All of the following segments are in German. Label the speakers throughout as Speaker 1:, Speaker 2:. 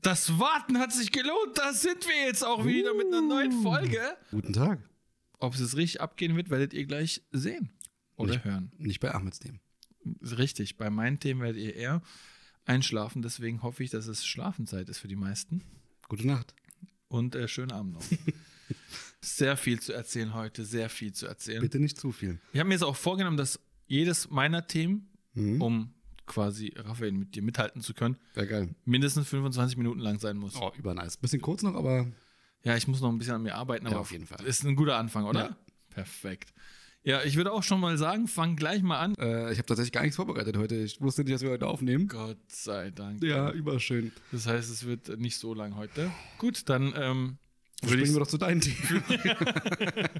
Speaker 1: Das Warten hat sich gelohnt. Da sind wir jetzt auch wieder mit einer neuen Folge.
Speaker 2: Guten Tag.
Speaker 1: Ob es jetzt richtig abgehen wird, werdet ihr gleich sehen oder
Speaker 2: Nicht-
Speaker 1: hören.
Speaker 2: Nicht bei Ahmeds Themen.
Speaker 1: Ist richtig. Bei meinen Themen werdet ihr eher einschlafen. Deswegen hoffe ich, dass es Schlafenzeit ist für die meisten.
Speaker 2: Gute Nacht.
Speaker 1: Und äh, schönen Abend noch. sehr viel zu erzählen heute. Sehr viel zu erzählen.
Speaker 2: Bitte nicht zu viel.
Speaker 1: Ich habe mir jetzt auch vorgenommen, dass jedes meiner Themen,
Speaker 2: Mhm.
Speaker 1: um quasi Raphael mit dir mithalten zu können,
Speaker 2: Wäre geil.
Speaker 1: mindestens 25 Minuten lang sein muss.
Speaker 2: Oh, über nice. Bisschen kurz noch, aber
Speaker 1: Ja, ich muss noch ein bisschen an mir arbeiten,
Speaker 2: Ja,
Speaker 1: aber
Speaker 2: auf jeden Fall.
Speaker 1: Ist ein guter Anfang, oder?
Speaker 2: Ja.
Speaker 1: Perfekt. Ja, ich würde auch schon mal sagen, fang gleich mal an.
Speaker 2: äh, ich habe tatsächlich gar nichts vorbereitet heute. Ich wusste nicht, dass wir heute aufnehmen.
Speaker 1: Gott sei Dank.
Speaker 2: Ja, überschön.
Speaker 1: Das heißt, es wird nicht so lang heute. Gut, dann ähm, würde
Speaker 2: Springen
Speaker 1: ich.
Speaker 2: wir doch zu deinen Themen.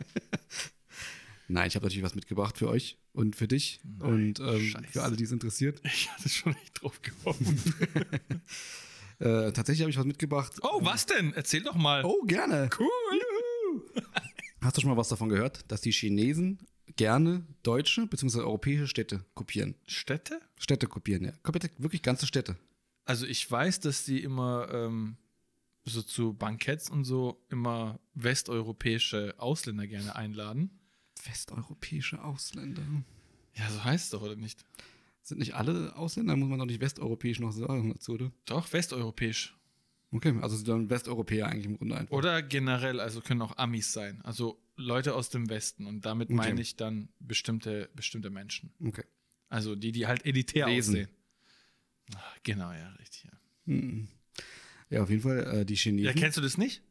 Speaker 2: Nein, ich habe natürlich was mitgebracht für euch und für dich
Speaker 1: Nein,
Speaker 2: und ähm,
Speaker 1: scheiße.
Speaker 2: für alle, die es interessiert.
Speaker 1: Ich hatte schon nicht drauf gehofft.
Speaker 2: Äh, tatsächlich habe ich was mitgebracht.
Speaker 1: Oh, was denn? Erzähl doch mal.
Speaker 2: Oh, gerne.
Speaker 1: cool.
Speaker 2: Hast du schon mal was davon gehört, dass die Chinesen gerne deutsche bzw. europäische Städte kopieren?
Speaker 1: Städte?
Speaker 2: Städte kopieren, ja. Komplette, wirklich ganze Städte.
Speaker 1: Also ich weiß, dass die immer ähm, so zu Banketts und so immer westeuropäische Ausländer gerne einladen.
Speaker 2: Westeuropäische Ausländer.
Speaker 1: Ja, so heißt es doch, oder nicht?
Speaker 2: Sind nicht alle Ausländer? Muss man doch nicht westeuropäisch noch sagen dazu, oder?
Speaker 1: Doch, westeuropäisch.
Speaker 2: Okay, also sind dann Westeuropäer eigentlich im Grunde einfach.
Speaker 1: Oder generell, also können auch Amis sein. Also Leute aus dem Westen. Und damit
Speaker 2: Okay.
Speaker 1: meine ich dann bestimmte, bestimmte Menschen.
Speaker 2: Okay.
Speaker 1: Also die, die halt elitär
Speaker 2: Wesen.
Speaker 1: aussehen. Ah, Genau, ja, richtig. Ja.
Speaker 2: Hm. Ja, auf jeden Fall äh, die Chinesen.
Speaker 1: ja, kennst du das nicht?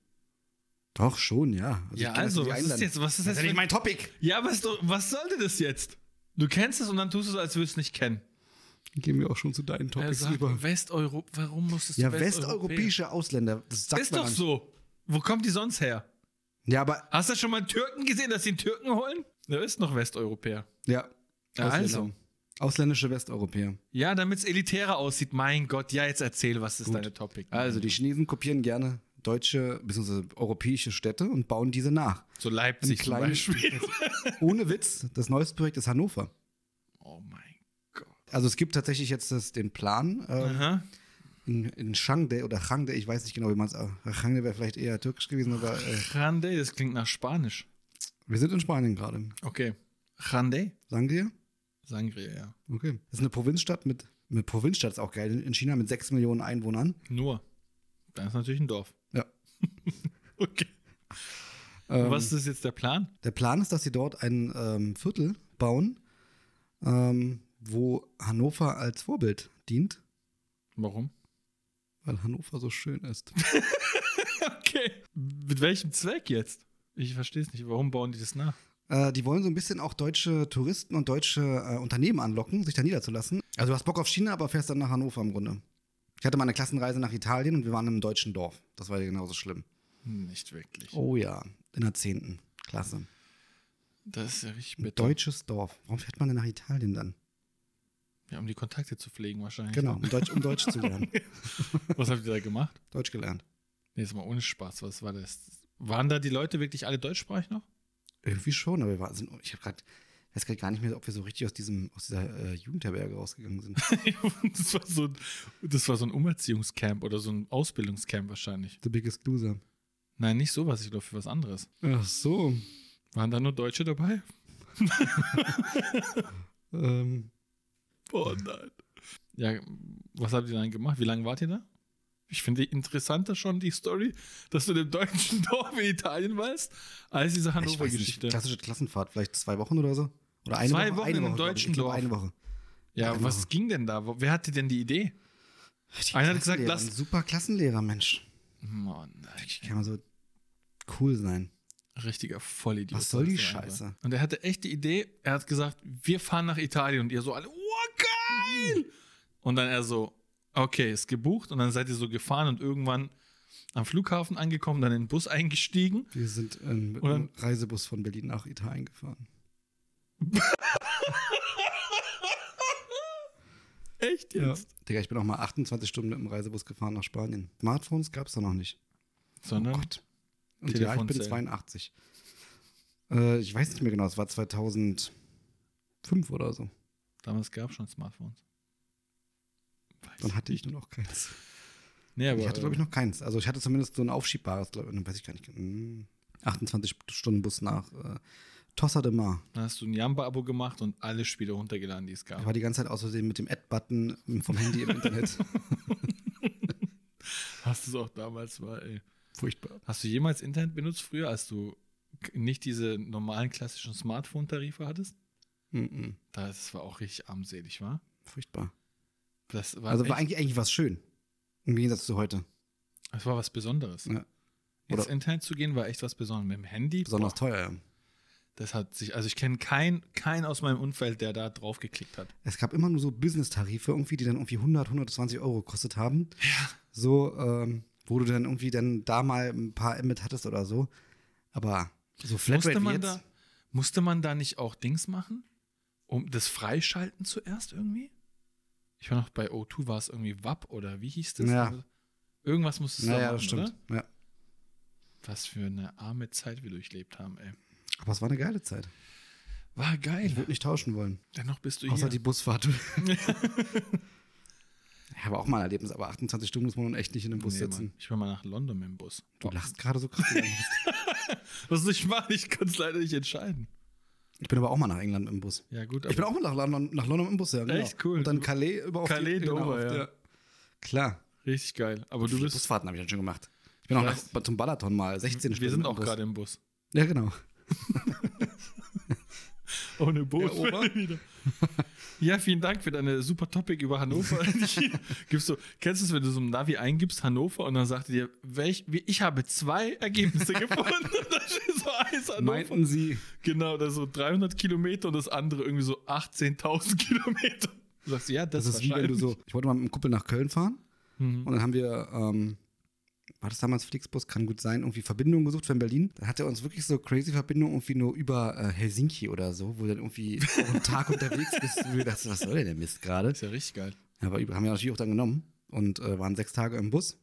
Speaker 2: doch, schon, ja. ich
Speaker 1: ja,
Speaker 2: kann das
Speaker 1: also,
Speaker 2: nicht
Speaker 1: was ist
Speaker 2: einladen.
Speaker 1: jetzt? Was ist
Speaker 2: Das
Speaker 1: jetzt
Speaker 2: ist ja nicht
Speaker 1: für,
Speaker 2: mein Topic.
Speaker 1: ja, was, do- was sollte das jetzt? Du kennst es und dann tust du es, als würdest du es nicht kennen.
Speaker 2: Gehen wir auch schon zu deinen
Speaker 1: Er
Speaker 2: Topics
Speaker 1: sagt,
Speaker 2: rüber.
Speaker 1: Westeuropa, warum musstest du
Speaker 2: Ja,
Speaker 1: Westeuropäer?
Speaker 2: westeuropäische Ausländer. Das sagt
Speaker 1: Ist
Speaker 2: man
Speaker 1: doch
Speaker 2: nicht.
Speaker 1: so. Wo kommt die sonst her?
Speaker 2: Ja, aber,
Speaker 1: Hast du schon mal Türken gesehen, dass die Türken holen? Der ist noch Westeuropäer.
Speaker 2: ja.
Speaker 1: Ja, also.
Speaker 2: Ausländer. Ausländische Westeuropäer.
Speaker 1: Ja, damit es elitärer aussieht. Mein Gott, ja, jetzt erzähl, was ist
Speaker 2: Gut.
Speaker 1: deine Topic?
Speaker 2: Also, die Chinesen kopieren gerne deutsche bzw. europäische Städte und bauen diese nach.
Speaker 1: So Leipzig
Speaker 2: Ein
Speaker 1: zum
Speaker 2: kleines-
Speaker 1: Beispiel.
Speaker 2: Ohne Witz, das neueste Projekt ist Hannover.
Speaker 1: Oh mein Gott.
Speaker 2: Also es gibt tatsächlich jetzt das, den Plan äh,
Speaker 1: Aha.
Speaker 2: in, in Changde oder Changde, ich weiß nicht genau, wie man es auch. Changde wäre vielleicht eher türkisch gewesen, aber äh,
Speaker 1: Grande, das klingt nach Spanisch.
Speaker 2: wir sind in Spanien gerade.
Speaker 1: Okay. Grande?
Speaker 2: Sagen dir?
Speaker 1: Sangria, ja.
Speaker 2: Okay. Das ist eine Provinzstadt mit, mit Provinzstadt ist auch geil, in China mit sechs Millionen Einwohnern.
Speaker 1: Nur. Da ist natürlich ein Dorf.
Speaker 2: Ja.
Speaker 1: okay.
Speaker 2: Ähm,
Speaker 1: was ist jetzt der Plan?
Speaker 2: Der Plan ist, dass sie dort ein ähm, Viertel bauen, ähm, wo Hannover als Vorbild dient,
Speaker 1: Warum?
Speaker 2: weil Hannover so schön ist.
Speaker 1: Okay. Mit welchem Zweck jetzt? Ich verstehe es nicht. Warum bauen die das nach?
Speaker 2: Äh, die wollen so ein bisschen auch deutsche Touristen und deutsche äh, Unternehmen anlocken, sich da niederzulassen. Also du hast Bock auf China, aber fährst dann nach Hannover im Grunde. Ich hatte mal eine Klassenreise nach Italien und wir waren in einem deutschen Dorf. Das war genauso schlimm.
Speaker 1: Nicht wirklich.
Speaker 2: Oh ja, in der 10. Klasse.
Speaker 1: Das ist ja richtig
Speaker 2: Ein
Speaker 1: bitter.
Speaker 2: deutsches Dorf. Warum fährt man denn nach Italien dann?
Speaker 1: Ja, um die Kontakte zu pflegen wahrscheinlich.
Speaker 2: Genau, um Deutsch, um Deutsch zu lernen.
Speaker 1: Was habt ihr da gemacht?
Speaker 2: Deutsch gelernt.
Speaker 1: Nee, jetzt mal ohne Spaß. Was war das? Waren da die Leute wirklich alle deutschsprachig noch?
Speaker 2: Irgendwie schon, aber wir waren, sind, ich habe gerade, weiß gerade gar nicht mehr, ob wir so richtig aus diesem, aus dieser äh, Jugendherberge rausgegangen sind.
Speaker 1: das, war so ein, das war so ein Umerziehungscamp oder so ein Ausbildungscamp wahrscheinlich.
Speaker 2: The Biggest Loser.
Speaker 1: Nein, nicht sowas. Ich glaube, für was anderes.
Speaker 2: Ach so.
Speaker 1: Waren da nur Deutsche dabei?
Speaker 2: Ähm,
Speaker 1: Oh nein. Ja, was habt ihr dann gemacht? Wie lange wart ihr da? Ich finde interessanter schon die Story, dass du in dem deutschen Dorf in Italien warst, als diese
Speaker 2: ich weiß nicht,
Speaker 1: Hannover-Geschichte.
Speaker 2: klassische Klassenfahrt, vielleicht zwei Wochen oder so. Oder eine
Speaker 1: Zwei
Speaker 2: Woche,
Speaker 1: Wochen
Speaker 2: eine
Speaker 1: in
Speaker 2: Woche,
Speaker 1: einem
Speaker 2: glaub ich.
Speaker 1: deutschen
Speaker 2: ich glaub,
Speaker 1: Dorf.
Speaker 2: Eine Woche.
Speaker 1: Ja,
Speaker 2: Keine
Speaker 1: was
Speaker 2: Ahnung.
Speaker 1: ging denn da? Wo- Wer hatte denn die Idee?
Speaker 2: Die
Speaker 1: Einer hat gesagt,
Speaker 2: Klassenlehrer,
Speaker 1: lass-
Speaker 2: ein Super Klassenlehrer, Mensch.
Speaker 1: Oh nein.
Speaker 2: Ich kann mal so cool sein.
Speaker 1: Richtiger Vollidiot.
Speaker 2: Was soll die
Speaker 1: Das war einfach.
Speaker 2: Scheiße?
Speaker 1: Und er hatte echt die Idee, er hat gesagt, wir fahren nach Italien und ihr so alle, oh
Speaker 2: Mhm.
Speaker 1: geil! Und dann er so, okay, ist gebucht und dann seid ihr so gefahren und irgendwann am Flughafen angekommen, dann in den Bus eingestiegen.
Speaker 2: Wir sind ähm, mit
Speaker 1: Oder-
Speaker 2: einem Reisebus von Berlin nach Italien gefahren.
Speaker 1: Echt
Speaker 2: Digga, ich bin auch mal 28 Stunden mit dem Reisebus gefahren nach Spanien. Smartphones gab es da noch nicht.
Speaker 1: Sondern,
Speaker 2: Oh Gott. Und ja, ich bin
Speaker 1: Telefonzellen.
Speaker 2: 82. Äh, ich weiß nicht mehr genau, es war 2005 oder so.
Speaker 1: damals gab es schon Smartphones. Weiß
Speaker 2: Dann hatte ich
Speaker 1: nicht.
Speaker 2: nur noch keins.
Speaker 1: Nee, aber,
Speaker 2: Ich hatte, glaube ich, noch keins. Also ich hatte zumindest so ein aufschiebbares, glaube ich, weiß ich gar nicht. hm, 28 Stunden Bus nach äh, Tossa de Mar.
Speaker 1: Dann hast du ein Jamba-Abo gemacht und alle Spiele runtergeladen, die es
Speaker 2: Ich
Speaker 1: gab.
Speaker 2: war die ganze Zeit aus Versehen mit dem Add-Button vom Handy im Internet.
Speaker 1: Hast du es auch damals mal, ey.
Speaker 2: Furchtbar.
Speaker 1: Hast du jemals Internet benutzt früher, als du k- nicht diese normalen klassischen Smartphone-Tarife hattest?
Speaker 2: Mhm.
Speaker 1: Das war auch richtig armselig, war?
Speaker 2: Furchtbar.
Speaker 1: Das war,
Speaker 2: Also war
Speaker 1: echt,
Speaker 2: eigentlich, eigentlich was schön. Im Gegensatz zu heute.
Speaker 1: das war was Besonderes.
Speaker 2: Ja.
Speaker 1: Ins
Speaker 2: Oder-
Speaker 1: Internet zu gehen war echt was Besonderes. Mit dem Handy,
Speaker 2: Besonders
Speaker 1: boah,
Speaker 2: teuer, ja.
Speaker 1: das hat sich, also ich kenne keinen kein aus meinem Umfeld, der da drauf geklickt hat.
Speaker 2: Es gab immer nur so Business-Tarife irgendwie, die dann irgendwie 100, 120 Euro gekostet haben. So, ähm, wo du dann irgendwie dann da mal ein paar mit hattest oder so. Aber so Flatrate
Speaker 1: Musste
Speaker 2: wie
Speaker 1: man,
Speaker 2: jetzt.
Speaker 1: da, musste man da nicht auch Dings machen? Um das Freischalten zuerst irgendwie? Ich war noch bei O2, war es irgendwie WAP oder wie hieß das? Also
Speaker 2: Ja.
Speaker 1: Irgendwas musstest du da
Speaker 2: naja,
Speaker 1: machen,
Speaker 2: das stimmt.
Speaker 1: oder?
Speaker 2: Ja.
Speaker 1: Was für eine arme Zeit wir durchlebt haben, ey.
Speaker 2: Aber es war eine geile Zeit.
Speaker 1: War
Speaker 2: Ich
Speaker 1: geil.
Speaker 2: würde nicht tauschen wollen.
Speaker 1: Dennoch bist du
Speaker 2: Außer
Speaker 1: hier.
Speaker 2: die Busfahrt. Ich habe auch mal ein Erlebnis, aber 28 Stunden muss man nun echt nicht in einem Bus
Speaker 1: Nee, Mann.
Speaker 2: sitzen.
Speaker 1: Ich will mal nach London mit dem Bus.
Speaker 2: Du lachst gerade so krass.
Speaker 1: Was soll ich machen? Ich kann es leider nicht entscheiden.
Speaker 2: ich bin aber auch mal nach England im Bus.
Speaker 1: Ja, gut,
Speaker 2: Ich bin auch mal nach London, nach London im Bus, ja. Genau.
Speaker 1: Echt cool.
Speaker 2: Und dann Calais über auf
Speaker 1: Calais
Speaker 2: die,
Speaker 1: Dover,
Speaker 2: auf
Speaker 1: ja.
Speaker 2: der- Klar.
Speaker 1: richtig geil. Aber du
Speaker 2: Viele
Speaker 1: bist.
Speaker 2: Busfahrten habe ich dann schon gemacht. Ich bin auch nach,
Speaker 1: Vielleicht-
Speaker 2: zum Balaton mal 16 Stunden.
Speaker 1: Wir sind
Speaker 2: im
Speaker 1: auch
Speaker 2: Bus.
Speaker 1: gerade im Bus.
Speaker 2: Ja, genau.
Speaker 1: Ohne Oh, Boot.
Speaker 2: Herr Ober?
Speaker 1: wieder. Ja, vielen Dank für deine super Topic über Hannover. Gibst du, kennst du es, wenn du so im Navi eingibst Hannover und dann sagt er dir, welch, wie, ich habe zwei Ergebnisse gefunden. und da steht so eins Hannover.
Speaker 2: Meinten Sie,
Speaker 1: Genau, das ist so 300 Kilometer und das andere irgendwie so 18.000 Kilometer. Du sagst, ja, das,
Speaker 2: das ist wie wenn du so. Ich wollte mal mit einem Kumpel nach Köln fahren
Speaker 1: Mhm.
Speaker 2: und dann haben wir, ähm, war das damals Flixbus, kann gut sein, irgendwie Verbindungen gesucht von Berlin. Dann hat er uns wirklich so crazy Verbindungen irgendwie nur über äh, Helsinki oder so, wo du dann irgendwie auch einen Tag unterwegs bist. Und wir dachten, was soll denn der Mist gerade?
Speaker 1: ist ja richtig geil.
Speaker 2: Aber über- haben wir natürlich auch dann genommen und äh, waren sechs Tage im Bus,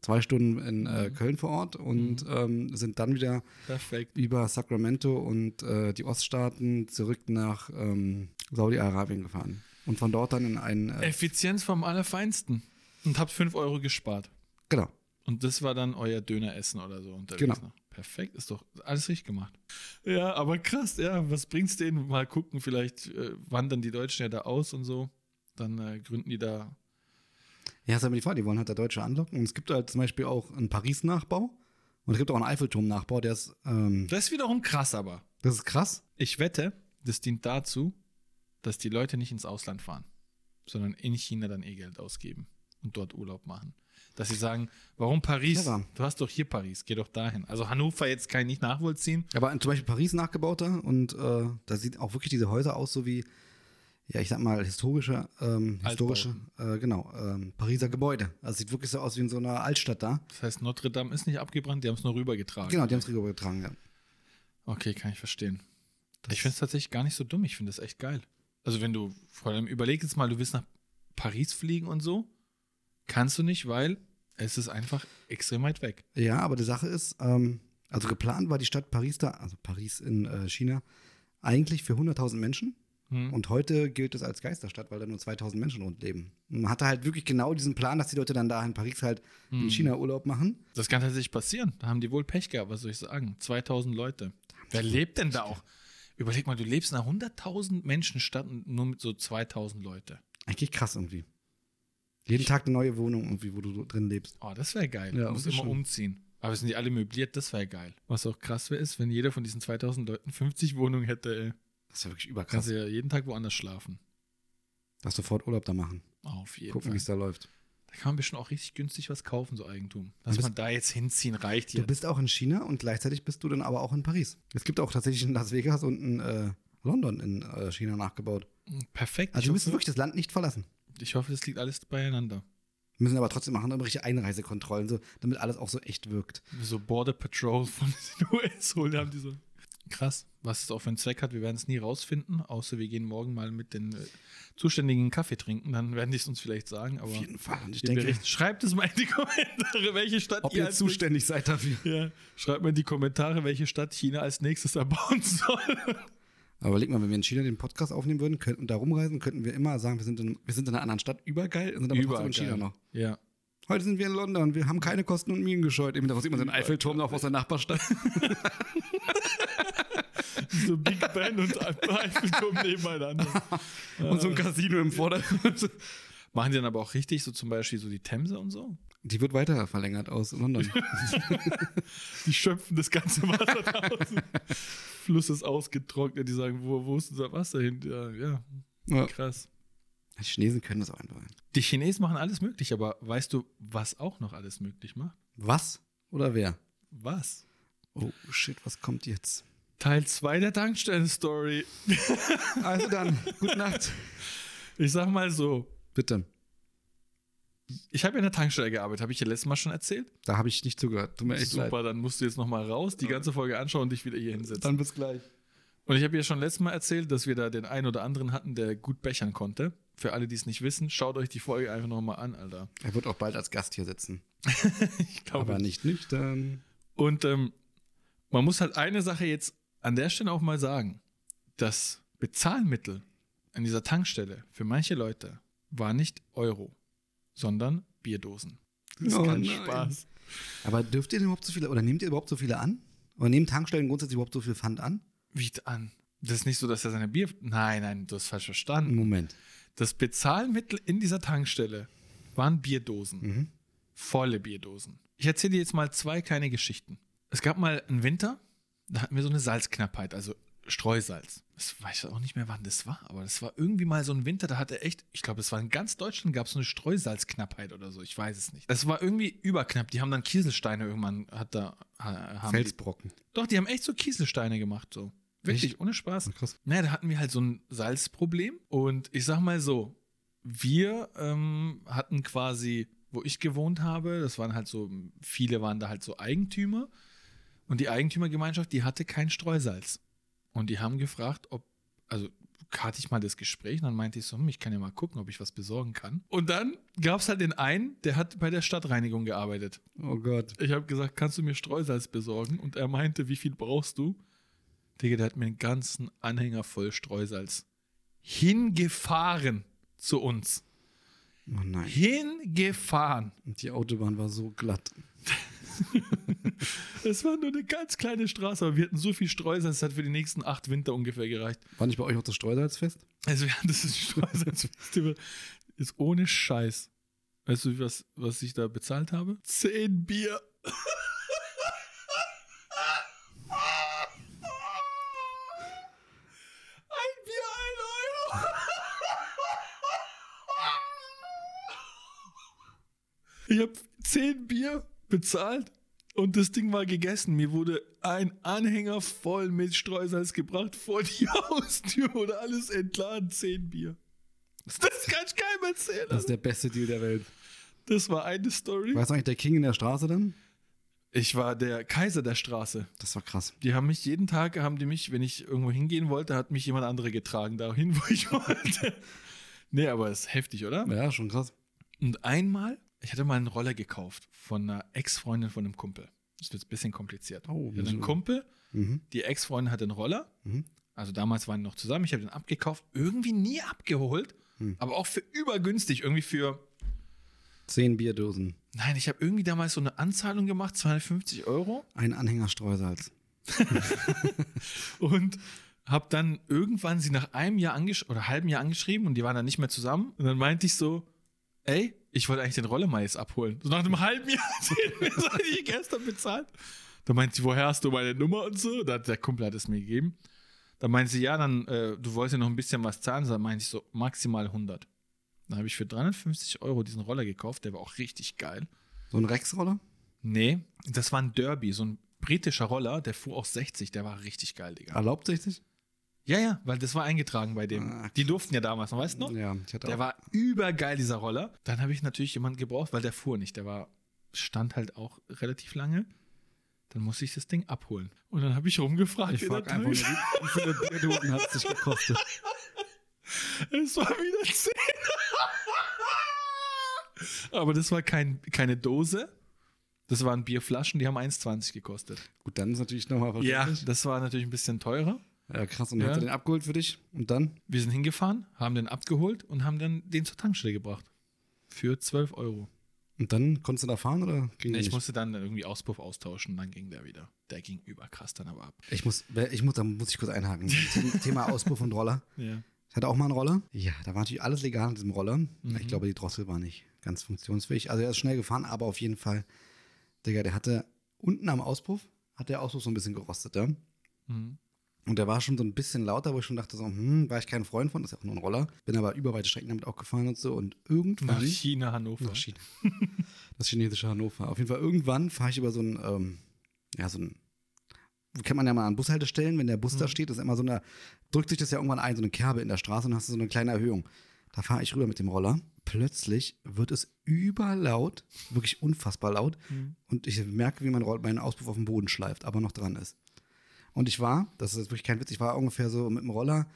Speaker 2: zwei Stunden in äh,
Speaker 1: Mhm.
Speaker 2: Köln vor Ort und ähm, sind dann wieder
Speaker 1: Perfekt.
Speaker 2: über Sacramento und äh, die Oststaaten zurück nach ähm, Saudi-Arabien gefahren. Und von dort dann in einen. Äh,
Speaker 1: Effizienz vom Allerfeinsten. Und habt 5 Euro gespart.
Speaker 2: genau.
Speaker 1: Und das war dann euer Döneressen oder so unterwegs.
Speaker 2: Genau.
Speaker 1: Noch. Perfekt, ist doch alles richtig gemacht. Ja, aber krass, ja, was bringt's denen? Mal gucken, vielleicht äh, wandern die Deutschen ja da aus und so. Dann äh, gründen die da.
Speaker 2: Ja, ist aber die Frage, die wollen halt der Deutsche anlocken. Und es gibt halt zum Beispiel auch einen Paris-Nachbau und es gibt auch einen Eiffelturm-Nachbau, der ist. Ähm,
Speaker 1: Das ist wiederum krass, aber.
Speaker 2: das ist krass.
Speaker 1: Ich wette, das dient dazu, dass die Leute nicht ins Ausland fahren, sondern in China dann eh Geld ausgeben und dort Urlaub machen. Dass sie sagen, warum Paris?
Speaker 2: Clever.
Speaker 1: Du hast doch hier Paris, geh doch dahin. Also Hannover jetzt kann ich nicht nachvollziehen.
Speaker 2: Aber zum Beispiel Paris nachgebauter und äh, da sieht auch wirklich diese Häuser aus, so wie, ja, ich sag mal, historische, ähm, historische, äh, genau, ähm, Pariser Gebäude. Also sieht wirklich so aus wie in so einer Altstadt da.
Speaker 1: Das heißt, Notre Dame ist nicht abgebrannt, die haben es nur rübergetragen.
Speaker 2: Genau, die haben es rübergetragen, ja.
Speaker 1: Okay, kann ich verstehen. ich finde es tatsächlich gar nicht so dumm. Ich finde das echt geil. Also, wenn du vor allem überleg jetzt mal, du willst nach Paris fliegen und so, kannst du nicht, weil es ist einfach extrem weit weg.
Speaker 2: Ja, aber die Sache ist, ähm, also geplant war die Stadt Paris da, also Paris in äh, China, eigentlich für 100.000 Menschen.
Speaker 1: Hm?
Speaker 2: Und heute gilt es als Geisterstadt, weil da nur 2.000 Menschen rund leben. Und man hatte halt wirklich genau diesen Plan, dass die Leute dann da in Paris halt in China Urlaub machen.
Speaker 1: Das kann tatsächlich passieren. Da haben die wohl Pech gehabt, was soll ich sagen? 2000 Leute. Wer lebt denn da auch? Überleg mal, du lebst in einer 100.000 Menschenstadt und nur mit so 2000 Leute.
Speaker 2: Eigentlich krass irgendwie. Jeden Tag eine neue Wohnung irgendwie, wo du so drin lebst.
Speaker 1: Oh, das wäre geil.
Speaker 2: Ja,
Speaker 1: du musst
Speaker 2: das ist
Speaker 1: immer
Speaker 2: schon.
Speaker 1: umziehen. Aber sind die alle möbliert? Das wäre geil. Was auch krass wäre, ist, wenn jeder von diesen 2000 Leuten 50 Wohnungen hätte, ey.
Speaker 2: Das ist ja wirklich
Speaker 1: Kannst
Speaker 2: überkrass.
Speaker 1: du ja jeden Tag woanders schlafen.
Speaker 2: Lass sofort Urlaub da machen.
Speaker 1: Auf jeden
Speaker 2: Gucken, wie es
Speaker 1: Fall.
Speaker 2: da läuft.
Speaker 1: Da kann man bestimmt auch richtig günstig was kaufen, so Eigentum. Dass
Speaker 2: Du bist-
Speaker 1: man da jetzt hinziehen, reicht
Speaker 2: Du
Speaker 1: hier.
Speaker 2: bist auch in China und gleichzeitig bist du dann aber auch in Paris. Es gibt auch tatsächlich in Las Vegas und in äh, London in äh, China nachgebaut.
Speaker 1: Hm, Perfekt.
Speaker 2: Also wir
Speaker 1: ich,
Speaker 2: müssen
Speaker 1: hoffe,
Speaker 2: wirklich das Land nicht verlassen.
Speaker 1: ich hoffe, das liegt alles beieinander.
Speaker 2: Wir müssen aber trotzdem machen, irgendwelche Einreisekontrollen, so, damit alles auch so echt wirkt.
Speaker 1: So Border Patrol von den US holen, haben die so. Krass, was es auch für einen Zweck hat, wir werden es nie rausfinden, außer wir gehen morgen mal mit den äh, Zuständigen einen Kaffee trinken, dann werden die es uns vielleicht sagen, aber
Speaker 2: Fall. Und ich
Speaker 1: den Bericht- schreibt es mal in die Kommentare, welche Stadt
Speaker 2: ob
Speaker 1: ihr
Speaker 2: ihr
Speaker 1: als
Speaker 2: zuständig seid dafür.
Speaker 1: ja, schreibt mir in die Kommentare, welche Stadt China als nächstes erbauen soll.
Speaker 2: Aber überleg mal, wenn wir in China den Podcast aufnehmen würden könnten, und da rumreisen, könnten wir immer sagen, wir sind in, wir sind in einer anderen Stadt. Übergeil. Und sind aber trotzdem in China noch.
Speaker 1: Ja.
Speaker 2: Heute sind wir in London, wir haben keine Kosten und Mühen gescheut. Eben daraus sieht man seinen Eiffelturm noch aus der Nachbarstadt.
Speaker 1: So Big Ben und Eiffelturm nebeneinander.
Speaker 2: und so ein Casino im Vordergrund.
Speaker 1: Machen die dann aber auch richtig, so zum Beispiel so die Themse und so?
Speaker 2: Die wird weiter verlängert aus London.
Speaker 1: Die schöpfen das ganze Wasser draußen. Fluss ist ausgetrocknet, die sagen, wo, wo ist unser Wasser hin? Ja, ja,
Speaker 2: Ja.
Speaker 1: krass.
Speaker 2: Die Chinesen können das auch einfach.
Speaker 1: Die Chinesen machen alles möglich, aber weißt du, was auch noch alles möglich macht?
Speaker 2: Was oder wer?
Speaker 1: Was?
Speaker 2: Oh shit, was kommt jetzt?
Speaker 1: Teil 2 der Tankstellen-Story.
Speaker 2: Also dann, gute Nacht.
Speaker 1: Ich sag mal so,
Speaker 2: Bitte.
Speaker 1: ich habe ja in der Tankstelle gearbeitet, habe ich ja letztes Mal schon erzählt.
Speaker 2: Da habe ich nicht zugehört. Tut mir echt
Speaker 1: Super,
Speaker 2: leid.
Speaker 1: dann musst du jetzt nochmal raus, die ganze Folge anschauen und dich wieder hier hinsetzen.
Speaker 2: Dann bis gleich.
Speaker 1: Und ich habe ja schon letztes Mal erzählt, dass wir da den einen oder anderen hatten, der gut bechern konnte. Für alle, die es nicht wissen, schaut euch die Folge einfach nochmal an, Alter.
Speaker 2: Er wird auch bald als Gast hier sitzen.
Speaker 1: Ich glaube.
Speaker 2: Aber nicht nüchtern.
Speaker 1: Und ähm, man muss halt eine Sache jetzt an der Stelle auch mal sagen. Das Bezahlmittel an dieser Tankstelle für manche Leute war nicht Euro, sondern Bierdosen. Das ist
Speaker 2: Oh
Speaker 1: kein
Speaker 2: nein.
Speaker 1: Spaß.
Speaker 2: Aber dürft ihr denn überhaupt so viele, oder nehmt ihr überhaupt so viele an? Oder nehmen Tankstellen grundsätzlich überhaupt so viel Pfand an?
Speaker 1: Wie an. Das ist nicht so, dass er seine Bier. Nein, nein, du hast falsch verstanden.
Speaker 2: Moment.
Speaker 1: Das Bezahlmittel in dieser Tankstelle waren Bierdosen.
Speaker 2: Mhm.
Speaker 1: Volle Bierdosen. Ich erzähle dir jetzt mal zwei kleine Geschichten. Es gab mal einen Winter, da hatten wir so eine Salzknappheit, also Streusalz. Ich weiß auch nicht mehr, wann das war, aber das war irgendwie mal so ein Winter, da hatte echt, ich glaube, es war in ganz Deutschland, gab es so eine Streusalzknappheit oder so, ich weiß es nicht. Es war irgendwie überknapp, die haben dann Kieselsteine irgendwann, hat da, ha- haben die,
Speaker 2: Felsbrocken.
Speaker 1: Doch, die haben echt so Kieselsteine gemacht, so. Wirklich, ohne Spaß.
Speaker 2: Krass.
Speaker 1: Naja, da hatten wir halt so ein Salzproblem. Und ich sag mal so, wir ähm, hatten quasi, wo ich gewohnt habe, das waren halt so, viele waren da halt so Eigentümer. Und die Eigentümergemeinschaft, die hatte kein Streusalz. Und die haben gefragt, ob, also hatte ich mal das Gespräch und dann meinte ich so, hm, ich kann ja mal gucken, ob ich was besorgen kann. Und dann gab es halt den einen, der hat bei der Stadtreinigung gearbeitet.
Speaker 2: Oh Gott.
Speaker 1: Ich habe gesagt, kannst du mir Streusalz besorgen? Und er meinte, wie viel brauchst du? Digga, der hat mir einen ganzen Anhänger voll Streusalz hingefahren zu uns.
Speaker 2: Oh nein.
Speaker 1: Hingefahren.
Speaker 2: Und die Autobahn war so glatt.
Speaker 1: Es war nur eine ganz kleine Straße, aber wir hatten so viel Streusalz, das hat für die nächsten acht Winter ungefähr gereicht.
Speaker 2: War nicht bei euch auch das Streusalzfest?
Speaker 1: Also wir hatten das Streusalzfestival. Ist ohne Scheiß. Weißt du, was, was ich da bezahlt habe? Zehn Bier. Ein Bier, ein Euro. Ich habe zehn Bier bezahlt und das Ding war gegessen. Mir wurde ein Anhänger voll mit Streusalz gebracht vor die Haustür und alles entladen. Zehn Bier. Das kann ich keinem erzählen.
Speaker 2: Das ist der beste Deal der Welt.
Speaker 1: Das war eine Story.
Speaker 2: War es eigentlich der King in der Straße dann?
Speaker 1: Ich war der Kaiser der Straße.
Speaker 2: Das war krass.
Speaker 1: Die haben mich jeden Tag, haben die mich, wenn ich irgendwo hingehen wollte, hat mich jemand andere getragen, dahin, wo ich wollte. Nee, aber ist heftig, oder?
Speaker 2: Ja, schon krass.
Speaker 1: Und einmal, ich hatte mal einen Roller gekauft von einer Ex-Freundin von einem Kumpel. Das wird ein bisschen kompliziert.
Speaker 2: Oh,
Speaker 1: ich hatte einen Kumpel,
Speaker 2: Mhm.
Speaker 1: die Ex-Freundin hatte einen Roller.
Speaker 2: Mhm.
Speaker 1: Also damals waren die noch zusammen. Ich habe den abgekauft, irgendwie nie abgeholt,
Speaker 2: Hm.
Speaker 1: aber auch für übergünstig. Irgendwie für,
Speaker 2: Zehn Bierdosen.
Speaker 1: nein, ich habe irgendwie damals so eine Anzahlung gemacht, 250 Euro.
Speaker 2: Ein Anhänger Streusalz.
Speaker 1: Und habe dann irgendwann sie nach einem Jahr angesch oder halben Jahr angeschrieben und die waren dann nicht mehr zusammen. Und dann meinte ich so, ey, ich wollte eigentlich den Rollemais abholen. So nach einem halben Jahr, den wir so die gestern bezahlt. Da meinte sie, woher hast du meine Nummer und so? Da, hat der Kumpel hat es mir gegeben. Dann meinte sie, ja, dann, äh, du wolltest ja noch ein bisschen was zahlen. Dann meinte ich so, maximal 100. Dann habe ich für 350 Euro diesen Roller gekauft. Der war auch richtig geil.
Speaker 2: So ein Rex-Roller?
Speaker 1: Nee, das war ein Derby, so ein britischer Roller. Der fuhr auch 60. Der war richtig geil, Digga.
Speaker 2: Erlaubt 60?
Speaker 1: Ja, ja, weil das war eingetragen bei dem.
Speaker 2: Ah,
Speaker 1: die durften ja damals noch, weißt du? noch?
Speaker 2: Ja, ich hatte
Speaker 1: Der
Speaker 2: auch.
Speaker 1: war übergeil, dieser Roller. Dann habe ich natürlich jemanden gebraucht, weil der fuhr nicht. Der war, stand halt auch relativ lange. Dann musste ich das Ding abholen. Und dann habe ich rumgefragt.
Speaker 2: Ich
Speaker 1: in der
Speaker 2: frag einfach nur,
Speaker 1: Tankstelle.
Speaker 2: wie viele Bierdosen hat es dich gekostet?
Speaker 1: Es war wieder 10. Aber das war kein, keine Dose. Das waren Bierflaschen, die haben 1,20 gekostet.
Speaker 2: Gut, dann ist natürlich nochmal
Speaker 1: Ja,
Speaker 2: verständlich.
Speaker 1: das war natürlich ein bisschen teurer.
Speaker 2: Ja. ja, krass. Und dann
Speaker 1: Ja.
Speaker 2: hast du den abgeholt für dich? Und dann?
Speaker 1: Wir sind hingefahren, haben den abgeholt und haben dann den zur Tankstelle gebracht. Für 12 Euro.
Speaker 2: Und dann konntest du da fahren oder ging
Speaker 1: Nee,
Speaker 2: das
Speaker 1: ich
Speaker 2: nicht?
Speaker 1: musste dann irgendwie Auspuff austauschen, dann ging der wieder. Der ging überkrass dann aber ab.
Speaker 2: ich muss, ich muss, da muss ich kurz einhaken. Zum Thema Auspuff und Roller.
Speaker 1: Ja.
Speaker 2: Ich hatte auch mal einen Roller. Mhm. Ja, da war natürlich alles legal mit diesem Roller. Ich glaube, die Drossel war nicht ganz funktionsfähig. Also er ist schnell gefahren, aber auf jeden Fall, Digga, der hatte unten am Auspuff, hat der Auspuff so ein bisschen gerostet, ja.
Speaker 1: Mhm.
Speaker 2: Und der war schon so ein bisschen lauter, wo ich schon dachte so, hm, war ich kein Freund von, ist ja auch nur ein Roller. Bin aber über weite Strecken damit auch gefahren und so. Und irgendwann.
Speaker 1: Nach China, Hannover.
Speaker 2: Nach China. das chinesische Hannover. Auf jeden Fall, irgendwann fahre ich über so ein, ähm, ja, so ein, kennt man ja mal an Bushaltestellen, wenn der Bus da steht, ist immer so eine, drückt sich das ja irgendwann ein, so eine Kerbe in der Straße und hast du so eine kleine Erhöhung. Da fahre ich rüber mit dem Roller. Plötzlich wird es überlaut, wirklich unfassbar laut. Und ich merke, wie mein, Roll, mein Auspuff auf dem Boden schleift, aber noch dran ist. Und ich war, das ist jetzt wirklich kein Witz, ich war ungefähr so mit dem Roller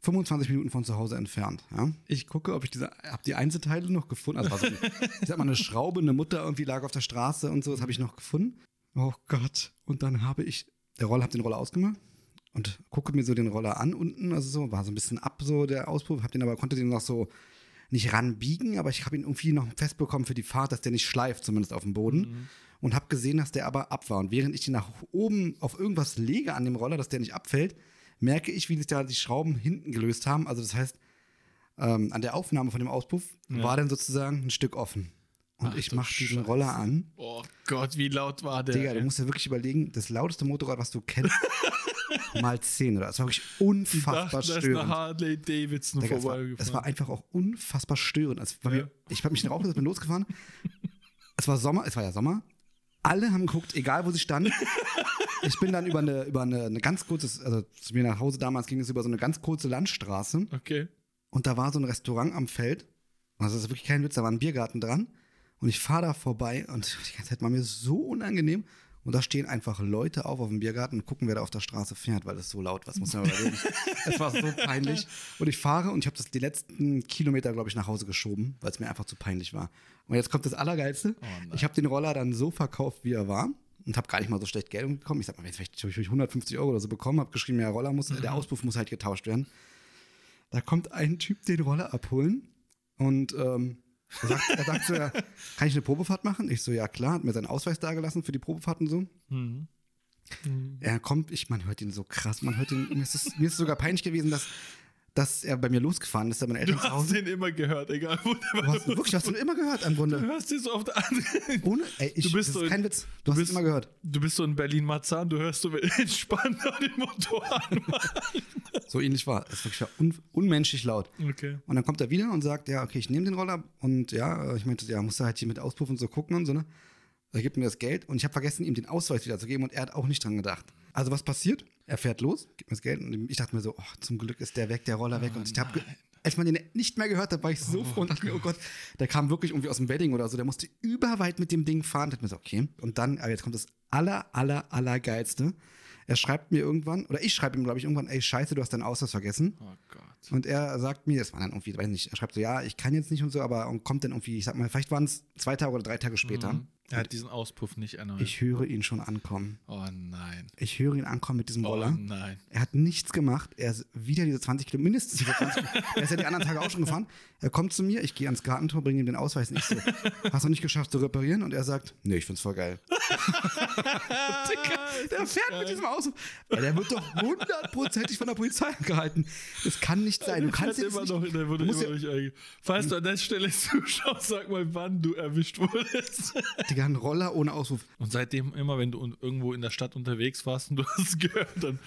Speaker 2: 25 Minuten von zu Hause entfernt. Ja? Ich gucke, ob ich diese, hab die Einzelteile noch gefunden. Also war so, eine- ich sag mal, eine Schraube, eine Mutter irgendwie lag auf der Straße und so, das habe ich noch gefunden. Oh Gott. Und dann habe ich, der Roller, hab den Roller ausgemacht und gucke mir so den Roller an unten, also so, war so ein bisschen ab so der Auspuff, hab den aber, konnte den noch so nicht ranbiegen, aber ich habe ihn irgendwie noch festbekommen für die Fahrt, dass der nicht schleift, zumindest auf dem Boden.
Speaker 1: Mhm.
Speaker 2: Und habe gesehen, dass der aber ab war. Und während ich ihn nach oben auf irgendwas lege an dem Roller, dass der nicht abfällt, merke ich, wie sich da die Schrauben hinten gelöst haben. Also das heißt, ähm, an der Aufnahme von dem Auspuff
Speaker 1: Ja.
Speaker 2: war dann sozusagen ein Stück offen. Und
Speaker 1: Ach
Speaker 2: ich
Speaker 1: du
Speaker 2: mache diesen
Speaker 1: Scheiße.
Speaker 2: Roller an.
Speaker 1: Oh Gott, wie laut war der?
Speaker 2: Digga, du musst dir wirklich überlegen, das lauteste Motorrad, was du kennst, mal 10 oder. Es war wirklich unfassbar
Speaker 1: Dachten, da ist eine
Speaker 2: störend.
Speaker 1: Harley Davidson
Speaker 2: Digga, es, war, es war
Speaker 1: vorbeigefahren.
Speaker 2: einfach auch unfassbar störend. Also, bei
Speaker 1: Ja.
Speaker 2: mir, ich habe mich dann raufgesetzt, bin losgefahren. Es war Sommer, es war ja Sommer. Alle haben geguckt, egal wo sie standen. Ich bin dann über eine, über eine, eine ganz kurze, also zu mir nach Hause damals ging es über so eine ganz kurze Landstraße.
Speaker 1: Okay.
Speaker 2: Und da war so ein Restaurant am Feld. Also das ist wirklich kein Witz, da war ein Biergarten dran. Und ich fahre da vorbei und die ganze Zeit war mir so unangenehm. Und da stehen einfach Leute auf auf dem Biergarten und gucken, wer da auf der Straße fährt, weil das so laut war. Das muss man überlegen. Es war so peinlich. Und ich fahre und ich habe das die letzten Kilometer, glaube ich, nach Hause geschoben, weil es mir einfach zu peinlich war. Und jetzt kommt das Allergeilste.
Speaker 1: nein.
Speaker 2: ich habe den Roller dann so verkauft, wie er war. Und habe gar nicht mal so schlecht Geld bekommen. Ich sag mal, jetzt vielleicht habe ich 150 Euro oder so bekommen, habe geschrieben, ja, Roller muss, der Auspuff muss halt getauscht werden. Da kommt ein Typ den Roller abholen und ähm, er sagt, er sagt so, ja, kann ich eine Probefahrt machen? Ich so, ja klar, hat mir seinen Ausweis dagelassen für die Probefahrt und so.
Speaker 1: Mhm.
Speaker 2: Er kommt, ich, man hört ihn so krass, man hört ihn, mir ist es, mir ist es sogar peinlich gewesen, dass, dass er bei mir losgefahren ist, da meine Eltern
Speaker 1: Du
Speaker 2: zu
Speaker 1: hast
Speaker 2: Hause.
Speaker 1: den immer gehört, egal wo der
Speaker 2: Du hast, wirklich, hast du ihn immer gehört im
Speaker 1: Du
Speaker 2: Grunde.
Speaker 1: hörst den so auf der anderen.
Speaker 2: Ohne, ey, ich,
Speaker 1: Du bist
Speaker 2: das
Speaker 1: so
Speaker 2: ist
Speaker 1: in-
Speaker 2: kein Witz, du hast
Speaker 1: bist-
Speaker 2: ihn immer gehört.
Speaker 1: Du bist so in Berlin-Marzahn, du hörst so entspannt an den Motoren.
Speaker 2: So ähnlich war. Es wirklich war un, unmenschlich laut.
Speaker 1: Okay.
Speaker 2: Und dann kommt er wieder und sagt, ja, okay, ich nehme den Roller und ja, äh, ich meinte, ja, musst du halt hier mit Auspuff und so gucken und so, ne? Er gibt mir das Geld und ich habe vergessen, ihm den Ausweis wieder zu geben und er hat auch nicht dran gedacht. Also was passiert? Er fährt los, gibt mir das Geld und ich dachte mir so, oh, zum Glück ist der weg, der Roller weg. und ich habe, als man den nicht mehr gehört hat, war ich so froh und dachte mir, oh Gott, der kam wirklich irgendwie aus dem Wedding oder so, der musste überweit mit dem Ding fahren. Dachte mir so, okay. Und dann, aber jetzt kommt das aller, aller, aller geilste. Er schreibt mir irgendwann, oder ich schreibe ihm, glaube ich, irgendwann, ey, scheiße, du hast deinen Ausweis vergessen.
Speaker 1: Oh Gott.
Speaker 2: Und er sagt mir, das war dann irgendwie, weiß nicht, er schreibt so, ja, ich kann jetzt nicht und so, aber und kommt dann irgendwie, ich sag mal, vielleicht waren es zwei Tage oder drei Tage später.
Speaker 1: Er hat diesen Auspuff nicht erneuert.
Speaker 2: Ich höre ihn schon ankommen.
Speaker 1: oh nein.
Speaker 2: Ich höre ihn ankommen mit diesem
Speaker 1: Oh
Speaker 2: Roller.
Speaker 1: nein.
Speaker 2: Er hat nichts gemacht. Er ist wieder diese 20 Kilometer, mindestens diese 20 Kilometer. Er ist ja die anderen Tage auch schon gefahren. Er kommt zu mir, ich gehe ans Gartentor, bringe ihm den Ausweis nicht so. Hast du nicht geschafft zu reparieren? Und er sagt, nee, ich find's voll geil. Digga, der fährt mit diesem Ausweis. Ey, Der wird doch hundertprozentig von der Polizei gehalten. Das kann nicht sein. Äh, Du kannst
Speaker 1: Er
Speaker 2: jetzt
Speaker 1: immer
Speaker 2: nicht
Speaker 1: noch, der wurde
Speaker 2: Du musst
Speaker 1: immer noch nicht einge- Falls du an der Stelle zuschaust, sag mal, wann du erwischt wurdest.
Speaker 2: Digga, ein Roller ohne Ausruf.
Speaker 1: Und seitdem immer, wenn du un- irgendwo in der Stadt unterwegs warst und du hast es gehört, dann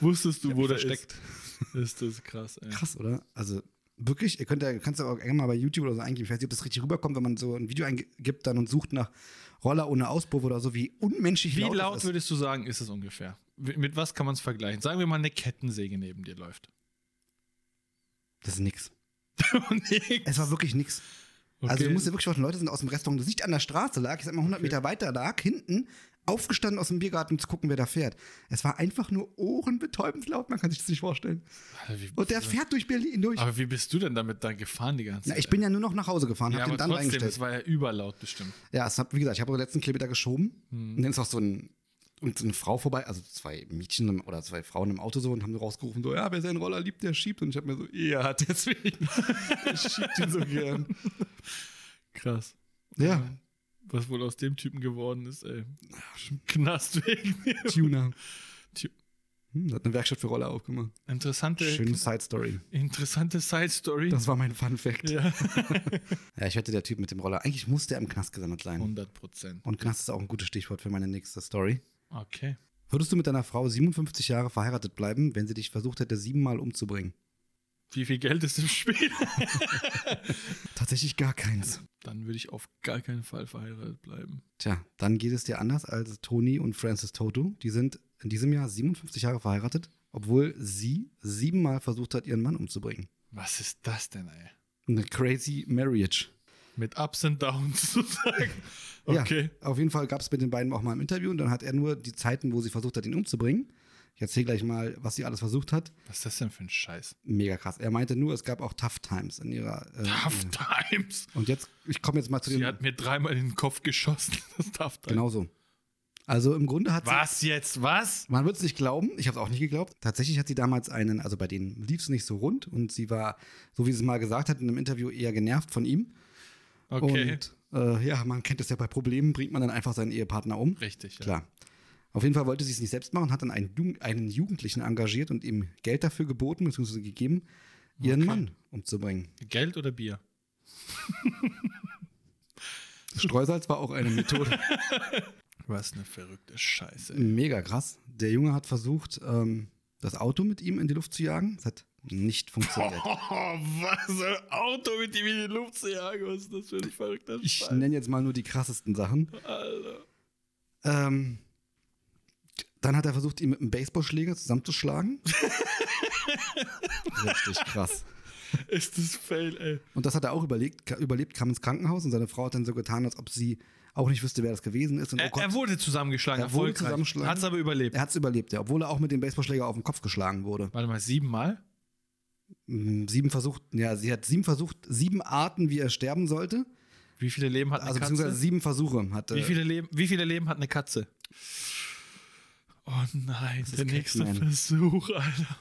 Speaker 1: wusstest du, wo der
Speaker 2: versteckt.
Speaker 1: ist. Ist das krass, ey.
Speaker 2: Krass, oder? Also wirklich, ihr könnt ja, kannst ja auch gerne mal bei YouTube oder so eingeben. Ich weiß nicht, ob das richtig rüberkommt, wenn man so ein Video eingibt dann und sucht nach Roller ohne Auspuff oder so, wie unmenschlich
Speaker 1: Wie
Speaker 2: laut,
Speaker 1: laut
Speaker 2: das ist.
Speaker 1: würdest du sagen, ist es ungefähr? W- Mit was kann man es vergleichen? Sagen wir mal, eine Kettensäge neben dir läuft.
Speaker 2: Das ist nix.
Speaker 1: nee.
Speaker 2: Es war wirklich nix. Also du musst dir wirklich vorstellen, Leute sind aus dem Restaurant, das nicht an der Straße lag, ich sag mal 100 Meter weiter lag, hinten, aufgestanden aus dem Biergarten, um zu gucken, wer da fährt. Es war einfach nur ohrenbetäubend laut, man kann sich das nicht vorstellen.
Speaker 1: Alter, wie,
Speaker 2: Und der fährt durch Berlin durch.
Speaker 1: aber wie bist du denn damit da gefahren die ganze Zeit?
Speaker 2: Na, ich bin ja nur noch nach Hause gefahren,
Speaker 1: ja,
Speaker 2: hab
Speaker 1: aber
Speaker 2: den dann
Speaker 1: trotzdem,
Speaker 2: reingestellt.
Speaker 1: es war ja überlaut bestimmt.
Speaker 2: Ja, es hat, wie gesagt, ich habe den letzten Kilometer geschoben. Und dann ist auch so, ein, und so eine Frau vorbei, also zwei Mädchen im- oder zwei Frauen im Auto so und haben so rausgerufen, so, ja, wer seinen Roller liebt, der schiebt. Und ich habe mir so, ja, deswegen, ich schieb den so gern.
Speaker 1: Krass.
Speaker 2: Ja,
Speaker 1: Äh, Was wohl aus dem Typen geworden ist, ey. Knast wegen mir.
Speaker 2: Tuner.
Speaker 1: Tu-
Speaker 2: Hm, hat eine Werkstatt für Roller aufgemacht.
Speaker 1: Interessante,
Speaker 2: Schöne Side Story.
Speaker 1: interessante Side-Story.
Speaker 2: Das war mein Fun Fact.
Speaker 1: Ja.
Speaker 2: Ja, ich hätte der Typ mit dem Roller. Eigentlich muss der im Knast gelandet sein.
Speaker 1: 100 Prozent.
Speaker 2: Und Knast ist auch ein gutes Stichwort für meine nächste Story.
Speaker 1: Okay.
Speaker 2: Würdest du mit deiner Frau 57 Jahre verheiratet bleiben, wenn sie dich versucht hätte, siebenmal umzubringen?
Speaker 1: Wie viel Geld ist im Spiel?
Speaker 2: Tatsächlich gar keins.
Speaker 1: Dann würde ich auf gar keinen Fall verheiratet bleiben.
Speaker 2: Tja, dann geht es dir anders als Tony und Francis Toto. Die sind in diesem Jahr 57 Jahre verheiratet, obwohl sie siebenmal versucht hat, ihren Mann umzubringen.
Speaker 1: Was ist das denn, ey?
Speaker 2: Eine crazy marriage.
Speaker 1: Mit Ups und Downs sozusagen.
Speaker 2: Ja.
Speaker 1: Okay.
Speaker 2: Auf jeden Fall gab es mit den beiden auch mal ein Interview und dann hat er nur die Zeiten, wo sie versucht hat, ihn umzubringen. Ich erzähle gleich mal, was sie alles versucht hat.
Speaker 1: Was ist das denn für ein Scheiß?
Speaker 2: Mega krass. Er meinte nur, es gab auch Tough Times in ihrer. Äh,
Speaker 1: Tough
Speaker 2: äh,
Speaker 1: Times.
Speaker 2: Und jetzt, ich komme jetzt mal zu
Speaker 1: Sie
Speaker 2: dem.
Speaker 1: hat mir dreimal in den Kopf geschossen. Das Tough Times.
Speaker 2: Genau so. Also im Grunde hat sie.
Speaker 1: Was jetzt? Was?
Speaker 2: Man wird es nicht glauben, ich habe es auch nicht geglaubt. Tatsächlich hat sie damals einen, also bei denen lief es nicht so rund und sie war, so wie sie es mal gesagt hat, in einem Interview eher genervt von ihm.
Speaker 1: Okay.
Speaker 2: Und äh, ja, man kennt es ja bei Problemen, bringt man dann einfach seinen Ehepartner um.
Speaker 1: Richtig, ja.
Speaker 2: Klar. Auf jeden Fall wollte sie es nicht selbst machen, hat dann einen, Ju- einen Jugendlichen engagiert und ihm Geld dafür geboten bzw. gegeben, ihren
Speaker 1: Okay.
Speaker 2: Mann umzubringen.
Speaker 1: Geld oder Bier?
Speaker 2: Streusalz war auch eine Methode.
Speaker 1: Was eine verrückte Scheiße.
Speaker 2: Mega krass. Der Junge hat versucht, ähm, das Auto mit ihm in die Luft zu jagen. Das hat nicht
Speaker 1: Oh,
Speaker 2: funktioniert.
Speaker 1: was ein Auto mit ihm in die Luft zu jagen. Was ist das für ein verrückter
Speaker 2: Ich ne-
Speaker 1: Scheiß?
Speaker 2: nenne jetzt mal nur die krassesten Sachen.
Speaker 1: Alter.
Speaker 2: Ähm, dann hat er versucht, ihn mit einem Baseballschläger zusammenzuschlagen. Richtig krass.
Speaker 1: Ist das fail, ey.
Speaker 2: Und das hat er auch überlegt, ka- überlebt, kam ins Krankenhaus und seine Frau hat dann so getan, als ob sie auch nicht wüsste, wer das gewesen ist. Und oh
Speaker 1: Er,
Speaker 2: Gott,
Speaker 1: er wurde zusammengeschlagen,
Speaker 2: Er wurde
Speaker 1: erfolgreich.
Speaker 2: zusammengeschlagen.
Speaker 1: Hat es aber überlebt.
Speaker 2: er hat es überlebt, ja, obwohl er auch mit dem Baseballschläger auf den Kopf geschlagen wurde.
Speaker 1: Warte mal, siebenmal?
Speaker 2: Mm, Sieben versucht, ja, sie hat sieben versucht, sieben Arten, wie er sterben sollte.
Speaker 1: Wie viele Leben hat eine
Speaker 2: Also beziehungsweise
Speaker 1: Katze?
Speaker 2: sieben Versuche äh, hatte.
Speaker 1: Wie viele, Leben, wie viele Leben hat eine Katze? Oh nein,
Speaker 2: ist
Speaker 1: der nächste
Speaker 2: Cashman.
Speaker 1: Versuch, Alter.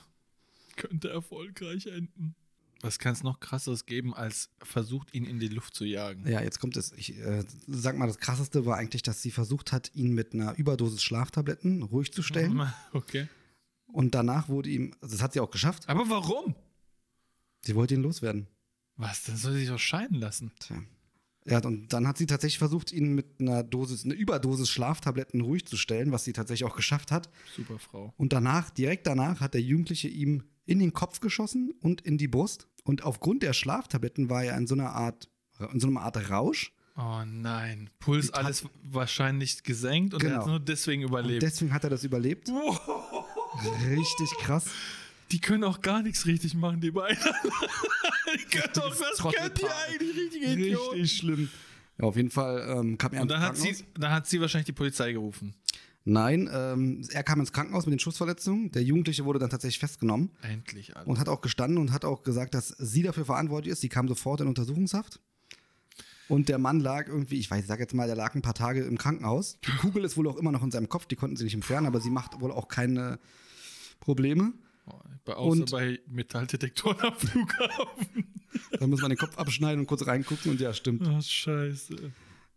Speaker 1: Könnte erfolgreich enden. Was kann es noch krasseres geben, als versucht, ihn in die Luft zu jagen?
Speaker 2: Ja, jetzt kommt es. Ich äh, sag mal, das krasseste war eigentlich, dass sie versucht hat, ihn mit einer Überdosis Schlaftabletten ruhig zu
Speaker 1: Mhm.
Speaker 2: stellen.
Speaker 1: Okay.
Speaker 2: Und danach wurde ihm, also das hat sie auch geschafft,
Speaker 1: Aber warum?
Speaker 2: sie wollte ihn loswerden.
Speaker 1: Was? Dann soll sie sich doch scheiden lassen.
Speaker 2: Tja. Ja, und dann hat sie tatsächlich versucht, ihn mit einer Dosis, einer Überdosis Schlaftabletten ruhig zu stellen, was sie tatsächlich auch geschafft hat.
Speaker 1: Super Frau.
Speaker 2: Und danach, direkt danach, hat der Jugendliche ihm in den Kopf geschossen und in die Brust. Und aufgrund der Schlaftabletten war er in so einer Art, in so einer Art Rausch.
Speaker 1: Oh nein. Puls
Speaker 2: Die Tat-
Speaker 1: alles wahrscheinlich gesenkt und er
Speaker 2: Genau.
Speaker 1: hat nur deswegen
Speaker 2: Und
Speaker 1: überlebt.
Speaker 2: deswegen hat er das überlebt.
Speaker 1: wow.
Speaker 2: Richtig krass.
Speaker 1: Die können auch gar nichts richtig machen, die beiden. die können doch,
Speaker 2: Richtiges
Speaker 1: was können die
Speaker 2: Trottelpaar.
Speaker 1: eigentlich richtige Idioten?
Speaker 2: schlimm. Ja, auf jeden Fall ähm, kam er
Speaker 1: Und dann
Speaker 2: ins
Speaker 1: hat, sie,
Speaker 2: Krankenhaus.
Speaker 1: dann hat sie wahrscheinlich die Polizei gerufen.
Speaker 2: Nein, ähm, er kam ins Krankenhaus mit den Schussverletzungen. Der Jugendliche wurde dann tatsächlich festgenommen
Speaker 1: Endlich, Alter.
Speaker 2: und hat auch gestanden und hat auch gesagt, dass sie dafür verantwortlich ist. Sie kam sofort in Untersuchungshaft. Und der Mann lag irgendwie, ich weiß, ich sag jetzt mal, der lag ein paar Tage im Krankenhaus. Die Kugel ist wohl auch immer noch in seinem Kopf, die konnten sie nicht entfernen, aber sie macht wohl auch keine Probleme.
Speaker 1: Oh, bei, außer
Speaker 2: und-
Speaker 1: bei Metalldetektoren am Flughafen.
Speaker 2: Da muss man den Kopf abschneiden und kurz reingucken und ja, stimmt.
Speaker 1: Oh, scheiße.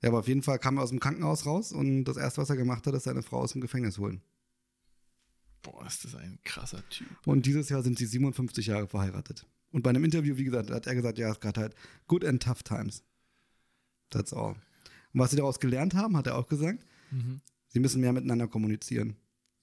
Speaker 2: Ja, aber auf jeden Fall kam er aus dem Krankenhaus raus und das erste, was er gemacht hat, ist seine Frau aus dem Gefängnis holen.
Speaker 1: Boah, ist das ein krasser Typ.
Speaker 2: Und dieses Jahr sind sie 57 Jahre verheiratet. Und bei einem Interview, wie gesagt, hat er gesagt, ja, es gab halt good and tough times. That's all. Und was sie daraus gelernt haben, hat er auch gesagt,
Speaker 1: Mhm.
Speaker 2: sie müssen mehr miteinander kommunizieren.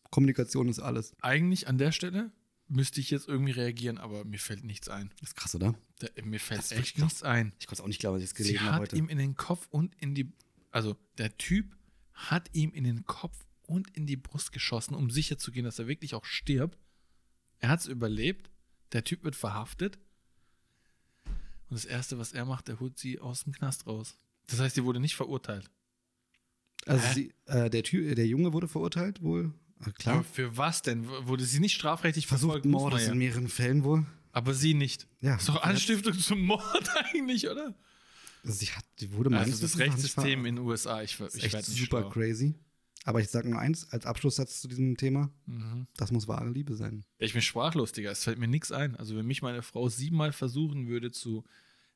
Speaker 2: Kommunikation ist alles.
Speaker 1: Eigentlich an der Stelle müsste ich jetzt irgendwie reagieren, aber mir fällt nichts ein.
Speaker 2: Ist krass, oder?
Speaker 1: Da, mir fällt
Speaker 2: Das ist wirklich
Speaker 1: echt nichts ein.
Speaker 2: Ich konnte es auch nicht glauben, dass ich es
Speaker 1: Sie
Speaker 2: gelesen habe
Speaker 1: hat
Speaker 2: heute.
Speaker 1: ihm in den Kopf und in die. Also, der Typ hat ihm in den Kopf und in die Brust geschossen, um sicherzugehen, dass er wirklich auch stirbt. Er hat es überlebt. Der Typ wird verhaftet. Und das Erste, was er macht, er holt sie aus dem Knast raus. Das heißt, sie wurde nicht verurteilt.
Speaker 2: also
Speaker 1: Hä?
Speaker 2: sie, äh, der, Tür, der Junge wurde verurteilt wohl. Ah,
Speaker 1: Aber
Speaker 2: Klar.
Speaker 1: für was denn? W- Wurde sie nicht strafrechtlich
Speaker 2: Versucht
Speaker 1: verfolgt? muss
Speaker 2: Mord
Speaker 1: man
Speaker 2: ist
Speaker 1: ja.
Speaker 2: in mehreren Fällen wohl.
Speaker 1: Aber sie nicht.
Speaker 2: Ja.
Speaker 1: Ist doch Anstiftung zum Mord eigentlich, oder?
Speaker 2: Also sie hat, die wurde
Speaker 1: Also
Speaker 2: meines
Speaker 1: das
Speaker 2: Wissens nach nicht
Speaker 1: Rechtssystem
Speaker 2: ver-
Speaker 1: in den USA, ich, ver-
Speaker 2: ist
Speaker 1: ich
Speaker 2: echt
Speaker 1: werde nicht
Speaker 2: super
Speaker 1: schlau.
Speaker 2: crazy. Aber ich sage nur eins als Abschlusssatz zu diesem Thema:
Speaker 1: Mhm.
Speaker 2: Das muss wahre Liebe sein.
Speaker 1: Ja, Ich bin sprachlos, Digga. Es fällt mir nichts ein. Also, wenn mich meine Frau siebenmal versuchen würde zu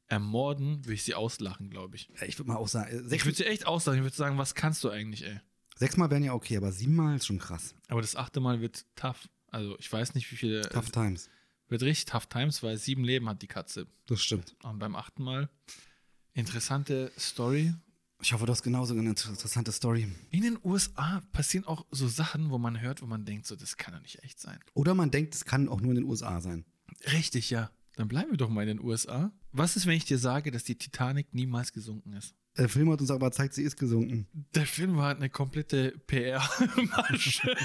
Speaker 1: ermorden, würde ich sie auslachen, glaube ich.
Speaker 2: Ja, Ich würde mal auch sagen, äh,
Speaker 1: Ich
Speaker 2: sechs,
Speaker 1: würde sie echt auslachen. Ich würde sagen, was kannst du eigentlich, ey?
Speaker 2: sechsmal wären ja okay, aber siebenmal ist schon krass.
Speaker 1: Aber das achte Mal wird tough. Also ich weiß nicht, wie viele.
Speaker 2: Tough Times.
Speaker 1: Wird richtig tough times, weil sieben Leben hat die Katze.
Speaker 2: Das stimmt.
Speaker 1: Und beim achten Mal. Interessante Story.
Speaker 2: Ich hoffe, du hast genauso eine inter- interessante Story.
Speaker 1: In den USA passieren auch so Sachen, wo man hört, wo man denkt, so, das kann doch nicht echt sein.
Speaker 2: Oder man denkt, es kann auch nur in den USA sein.
Speaker 1: Richtig, ja. Dann bleiben wir doch mal in den USA. Was ist, wenn ich dir sage, dass die Titanic niemals gesunken ist?
Speaker 2: Der Film hat uns aber gezeigt, sie ist gesunken.
Speaker 1: Der Film war eine komplette PR-Masche.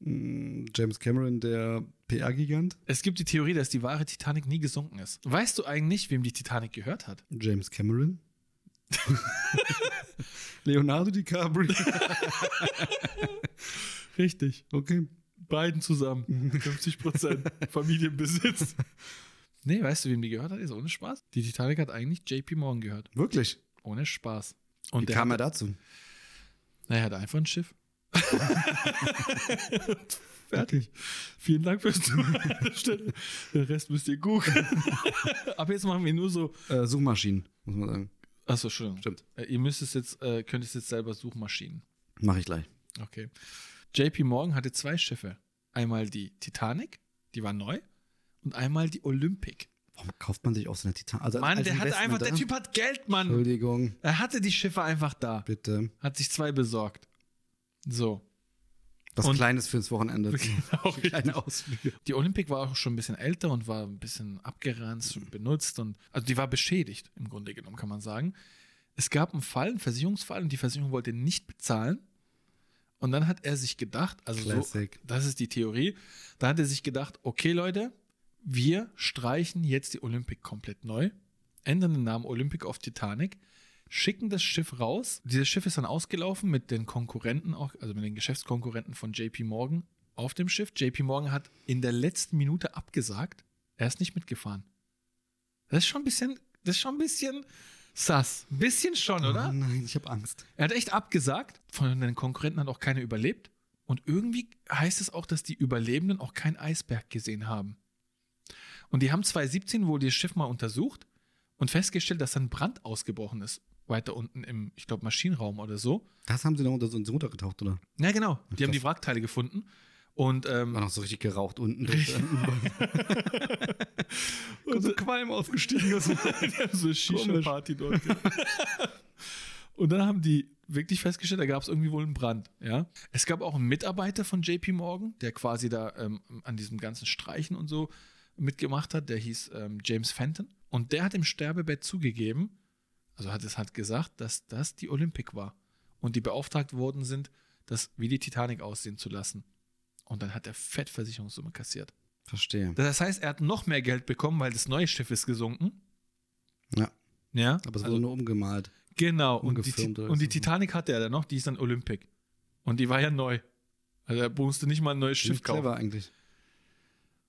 Speaker 2: Mm, James Cameron, der PR-Gigant.
Speaker 1: es gibt die Theorie, dass die wahre Titanic nie gesunken ist. Weißt du eigentlich, wem die Titanic gehört hat?
Speaker 2: James Cameron. Leonardo DiCaprio.
Speaker 1: Richtig.
Speaker 2: Okay.
Speaker 1: Beiden zusammen. 50 Prozent Familienbesitz. Nee, weißt du, wem die gehört hat? Ist ohne Spaß. Die Titanic hat eigentlich JP Morgan gehört.
Speaker 2: Wirklich.
Speaker 1: Ohne Spaß.
Speaker 2: Wie
Speaker 1: Und der
Speaker 2: kam er
Speaker 1: hat,
Speaker 2: dazu?
Speaker 1: na, er hat einfach ein Schiff. Fertig. Vielen Dank fürs Zuhören an der Stelle. Den Rest müsst ihr googeln. Ab jetzt machen wir nur so.
Speaker 2: Äh, Suchmaschinen, muss man sagen.
Speaker 1: Achso, Entschuldigung.
Speaker 2: Stimmt.
Speaker 1: Äh, Ihr müsst es jetzt, äh, könnt es jetzt selber Suchmaschinen.
Speaker 2: Mache ich gleich.
Speaker 1: Okay. JP Morgan hatte zwei Schiffe. Einmal die Titanic, die war neu, und einmal die Olympic.
Speaker 2: Warum kauft man sich auch so eine Titan? Also
Speaker 1: Mann,
Speaker 2: als
Speaker 1: der hatte einfach,
Speaker 2: Investment,
Speaker 1: der
Speaker 2: oder?
Speaker 1: Typ hat Geld, Mann.
Speaker 2: Entschuldigung,
Speaker 1: Er hatte die Schiffe einfach da.
Speaker 2: bitte.
Speaker 1: Hat sich zwei besorgt. So.
Speaker 2: Was
Speaker 1: Und-
Speaker 2: Kleines fürs Wochenende.
Speaker 1: Genau.
Speaker 2: Kleine Ausflüge.
Speaker 1: Die Olympic war auch schon ein bisschen älter und war ein bisschen abgeranzt und benutzt und also die war beschädigt im Grunde genommen, kann man sagen. Es gab einen Fall, einen Versicherungsfall und die Versicherung wollte nicht bezahlen. Und dann hat er sich gedacht, also so,
Speaker 2: Classic.
Speaker 1: das ist die Theorie, da hat er sich gedacht, okay Leute, wir streichen jetzt die Olympic komplett neu, ändern den Namen Olympic auf Titanic, schicken das Schiff raus. Dieses Schiff ist dann ausgelaufen mit den Konkurrenten auch, also mit den Geschäftskonkurrenten von JP Morgan auf dem Schiff. JP Morgan hat in der letzten Minute abgesagt, er ist nicht mitgefahren. Das ist schon ein bisschen, das ist schon ein bisschen sass. Ein bisschen schon, oder?
Speaker 2: Oh nein, ich habe Angst.
Speaker 1: Er hat echt abgesagt. Von den Konkurrenten hat auch keiner überlebt. Und irgendwie heißt es auch, dass die Überlebenden auch keinen Eisberg gesehen haben. Und die haben 2017 wohl das Schiff mal untersucht und festgestellt, dass ein Brand ausgebrochen ist. Weiter unten im, ich glaube, Maschinenraum oder so.
Speaker 2: Das haben sie noch unter so runtergetaucht, oder?
Speaker 1: Ja, genau. Die haben
Speaker 2: krass.
Speaker 1: die Wrackteile gefunden. Und,
Speaker 2: War
Speaker 1: ähm,
Speaker 2: noch so richtig geraucht unten.
Speaker 1: und
Speaker 2: so Qualm aufgestiegen.
Speaker 1: Die haben so eine Shisha-Party dort. Und dann haben die wirklich festgestellt, da gab es irgendwie wohl einen Brand. Ja? Es gab auch einen Mitarbeiter von JP Morgan, der quasi da ähm, an diesem ganzen Streichen und so mitgemacht hat. Der hieß ähm, James Fenton. Und der hat im Sterbebett zugegeben, also hat es halt gesagt, dass das die Olympic war. Und die beauftragt worden sind, das wie die Titanic aussehen zu lassen. Und dann hat er Fettversicherungssumme kassiert.
Speaker 2: Verstehe.
Speaker 1: Das heißt, er hat noch mehr Geld bekommen, weil das neue Schiff ist gesunken.
Speaker 2: Ja.
Speaker 1: Ja.
Speaker 2: Aber es wurde
Speaker 1: also,
Speaker 2: nur umgemalt.
Speaker 1: genau. Und die,
Speaker 2: umgefilmt
Speaker 1: Ti-
Speaker 2: oder
Speaker 1: und die
Speaker 2: so.
Speaker 1: Titanic hatte er dann noch, die ist dann Olympic. Und die war ja neu. Also er musste nicht mal ein neues Schiff
Speaker 2: Ziemlich
Speaker 1: kaufen.
Speaker 2: clever eigentlich.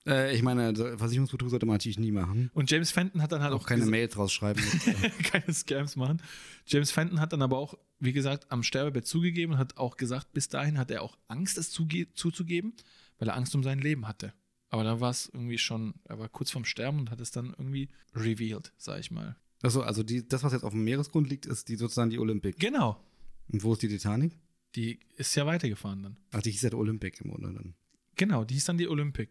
Speaker 2: Äh, ich meine, so Versicherungsbetrug sollte man natürlich nie machen.
Speaker 1: Und James Fenton hat dann halt auch,
Speaker 2: Auch keine
Speaker 1: ges-
Speaker 2: Mails rausschreiben. Äh,
Speaker 1: keine Scams machen. James Fenton hat dann aber auch, wie gesagt, am Sterbebett zugegeben und hat auch gesagt, bis dahin hat er auch Angst, es zuge zuzugeben, weil er Angst um sein Leben hatte. Aber dann war es irgendwie schon, er war kurz vorm Sterben und hat es dann irgendwie revealed, sag ich mal.
Speaker 2: Achso, also die, das, was jetzt auf dem Meeresgrund liegt, ist die, sozusagen die Olympic.
Speaker 1: Genau.
Speaker 2: Und wo ist die Titanic?
Speaker 1: Die ist ja weitergefahren dann.
Speaker 2: Ach, die hieß ja die Olympic im Grunde dann.
Speaker 1: Genau, die hieß dann die Olympic.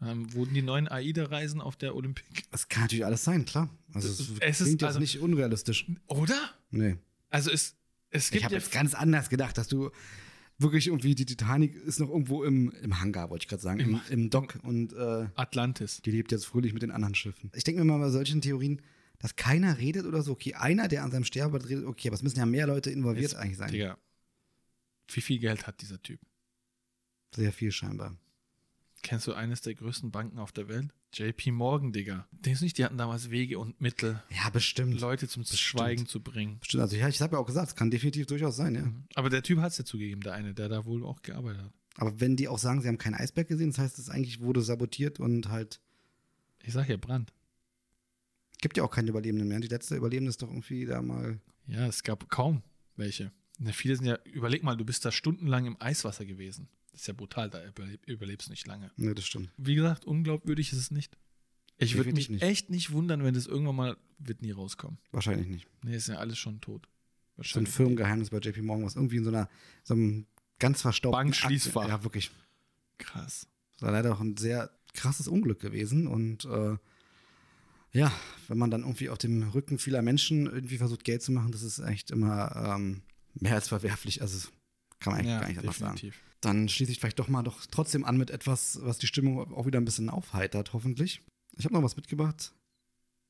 Speaker 1: Ähm, wurden die neuen AIDA-Reisen auf der Olympic.
Speaker 2: Das kann natürlich alles sein, klar. Also es,
Speaker 1: Es ist-
Speaker 2: klingt jetzt
Speaker 1: also-
Speaker 2: nicht unrealistisch.
Speaker 1: Oder?
Speaker 2: Nee.
Speaker 1: Also es, es
Speaker 2: Ich
Speaker 1: gibt
Speaker 2: habe
Speaker 1: ja
Speaker 2: jetzt ganz anders gedacht, dass du wirklich irgendwie die Titanic ist noch irgendwo im, im Hangar, wollte ich gerade sagen, im, im Dock und äh,
Speaker 1: Atlantis.
Speaker 2: die lebt jetzt fröhlich mit den anderen Schiffen. Ich denke mir mal bei solchen Theorien, dass keiner redet oder so. Okay, einer, der an seinem Sterbebett redet, okay, aber es müssen ja mehr Leute involviert
Speaker 1: Ist-
Speaker 2: eigentlich sein.
Speaker 1: Digga, wie viel Geld hat dieser Typ?
Speaker 2: Sehr viel scheinbar.
Speaker 1: Kennst du eines der größten Banken auf der Welt? JP Morgan, Digga. Denkst du nicht, die hatten damals Wege und Mittel,
Speaker 2: Ja, bestimmt.
Speaker 1: Leute zum Schweigen zu bringen?
Speaker 2: Bestimmt. Also ja, ich habe ja auch gesagt, es kann definitiv durchaus sein, ja.
Speaker 1: Aber der Typ hat es ja zugegeben, der eine, der da wohl auch gearbeitet hat.
Speaker 2: Aber wenn die auch sagen, sie haben keinen Eisberg gesehen, das heißt, es eigentlich wurde sabotiert und halt
Speaker 1: Ich sag ja Brand.
Speaker 2: gibt ja auch keine Überlebenden mehr. Die letzte Überlebende ist doch irgendwie da mal.
Speaker 1: Ja, es gab kaum welche. Na, viele sind ja, überleg mal, du bist da stundenlang im Eiswasser gewesen. Das ist ja brutal, da überleb, überlebst nicht lange.
Speaker 2: Ne, das stimmt.
Speaker 1: Wie gesagt, unglaubwürdig ist es nicht. Ich würde mich
Speaker 2: Definitiv nicht.
Speaker 1: echt nicht wundern, wenn das irgendwann mal wird nie rauskommen.
Speaker 2: Wahrscheinlich nicht.
Speaker 1: Nee, ist ja alles schon tot.
Speaker 2: So ein Firmengeheimnis bei JP Morgan, was irgendwie in so einer so einem ganz verstaubten
Speaker 1: Bankschließfach.
Speaker 2: Aktien- Ja, wirklich.
Speaker 1: Krass.
Speaker 2: Das war leider auch ein sehr krasses Unglück gewesen. Und äh, ja, wenn man dann irgendwie auf dem Rücken vieler Menschen irgendwie versucht, Geld zu machen, das ist echt immer ähm, mehr als verwerflich. Also das kann man eigentlich
Speaker 1: ja,
Speaker 2: gar nicht anders sagen.
Speaker 1: definitiv.
Speaker 2: Dann schließe ich vielleicht doch mal doch trotzdem an mit etwas, was die Stimmung auch wieder ein bisschen aufheitert, hoffentlich. Ich habe noch was mitgebracht,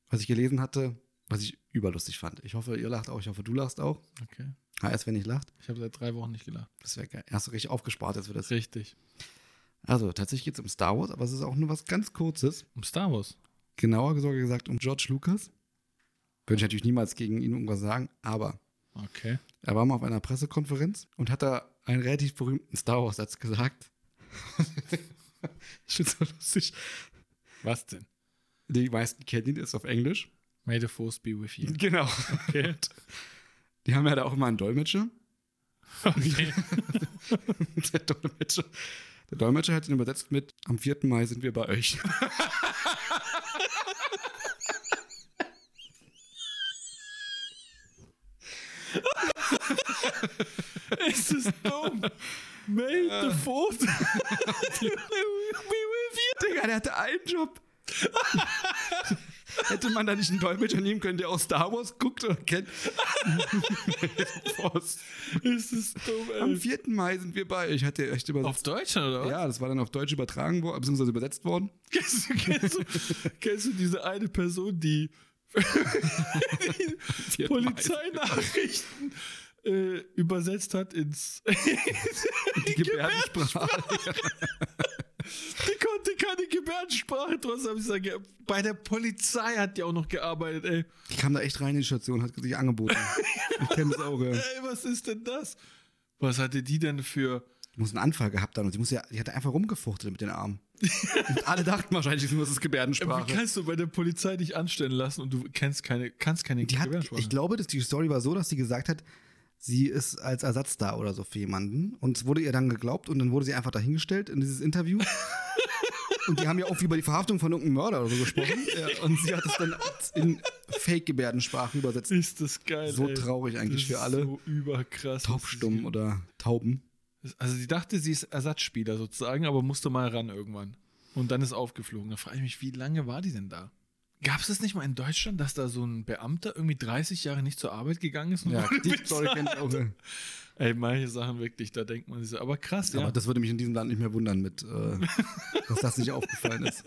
Speaker 2: was ich gelesen hatte, was ich überlustig fand. Ich hoffe, ihr lacht auch, ich hoffe, du lachst auch.
Speaker 1: Okay.
Speaker 2: HS, wenn ich lacht,
Speaker 1: Ich habe seit drei Wochen nicht gelacht.
Speaker 2: das wäre geil. Hast du richtig aufgespart jetzt für das.
Speaker 1: Richtig.
Speaker 2: Also, tatsächlich geht es um Star Wars, aber es ist auch nur was ganz Kurzes.
Speaker 1: Um Star Wars.
Speaker 2: genauer sogar gesagt um George Lucas. Könnte ich natürlich niemals gegen ihn irgendwas sagen, aber
Speaker 1: Okay.
Speaker 2: er war mal auf einer Pressekonferenz und hat da einen relativ berühmten Star Wars-Satz gesagt. Schon so lustig.
Speaker 1: Was denn?
Speaker 2: Die meisten kennen ihn, ist auf Englisch.
Speaker 1: May the Force be with you.
Speaker 2: Genau.
Speaker 1: Okay.
Speaker 2: Die haben ja da auch immer einen Dolmetscher.
Speaker 1: okay.
Speaker 2: Der Dolmetscher, der Dolmetscher hat ihn übersetzt mit: Am 4. Mai sind wir bei euch.
Speaker 1: es ist dumm. May the Force be with you.
Speaker 2: Digga, der hatte einen Job. Hätte man da nicht einen Dolmetscher nehmen können, der auch Star Wars guckt oder kennt? Boss.
Speaker 1: Es ist dumm,
Speaker 2: Am
Speaker 1: ey.
Speaker 2: 4. Mai sind wir bei. Ich hatte echt übersetzt.
Speaker 1: Auf Deutsch, oder was?
Speaker 2: ja, das war dann auf Deutsch übertragen worden, beziehungsweise übersetzt worden.
Speaker 1: Kennst du, kennst, du, kennst du diese eine Person, die, die
Speaker 2: Mai.
Speaker 1: Polizeinachrichten äh, übersetzt hat ins. halt
Speaker 2: Die Gebärdensprache.
Speaker 1: Die konnte keine Gebärdensprache, trotzdem habe ich gesagt, ja, bei der Polizei hat die auch noch gearbeitet, ey.
Speaker 2: Die kam da echt rein in die Station, hat sich angeboten. Ich kenne das Auge.
Speaker 1: Ey, was ist denn das? Was hatte die denn für.
Speaker 2: Die muss einen Anfall gehabt haben und sie muss ja, die hat einfach rumgefuchtelt mit den Armen. Und alle dachten wahrscheinlich, nur, es ist
Speaker 1: Ey, Wie
Speaker 2: Gebärdensprache.
Speaker 1: kannst du bei der Polizei dich anstellen lassen und du kennst keine, kannst keine
Speaker 2: Die hat,
Speaker 1: Gebärdensprache?
Speaker 2: ich glaube, dass die Story war so, dass sie gesagt hat, sie ist als Ersatz da oder so für jemanden. Und es wurde ihr dann geglaubt und dann wurde sie einfach dahingestellt in dieses Interview. und die haben ja auch über die Verhaftung von irgendeinem Mörder oder so gesprochen. ja, und sie hat es dann in Fake-Gebärdensprache übersetzt.
Speaker 1: ist das geil.
Speaker 2: So
Speaker 1: ey.
Speaker 2: traurig eigentlich
Speaker 1: das
Speaker 2: für alle.
Speaker 1: Ist so überkrass.
Speaker 2: Taubstumm oder Tauben.
Speaker 1: Also sie dachte, sie ist Ersatzspieler sozusagen, aber musste mal ran irgendwann. Und dann ist aufgeflogen. Da frage ich mich, wie lange war die denn da? Gab es das nicht mal in Deutschland, dass da so ein Beamter irgendwie 30 Jahre nicht zur Arbeit gegangen ist? und
Speaker 2: Ja,
Speaker 1: wurde
Speaker 2: die
Speaker 1: bezahlt?
Speaker 2: Story kennt auch.
Speaker 1: Ey, manche Sachen wirklich, da denkt man sich so, aber krass, ja.
Speaker 2: Aber das würde mich in diesem Land nicht mehr wundern, mit, äh, dass das nicht aufgefallen ist.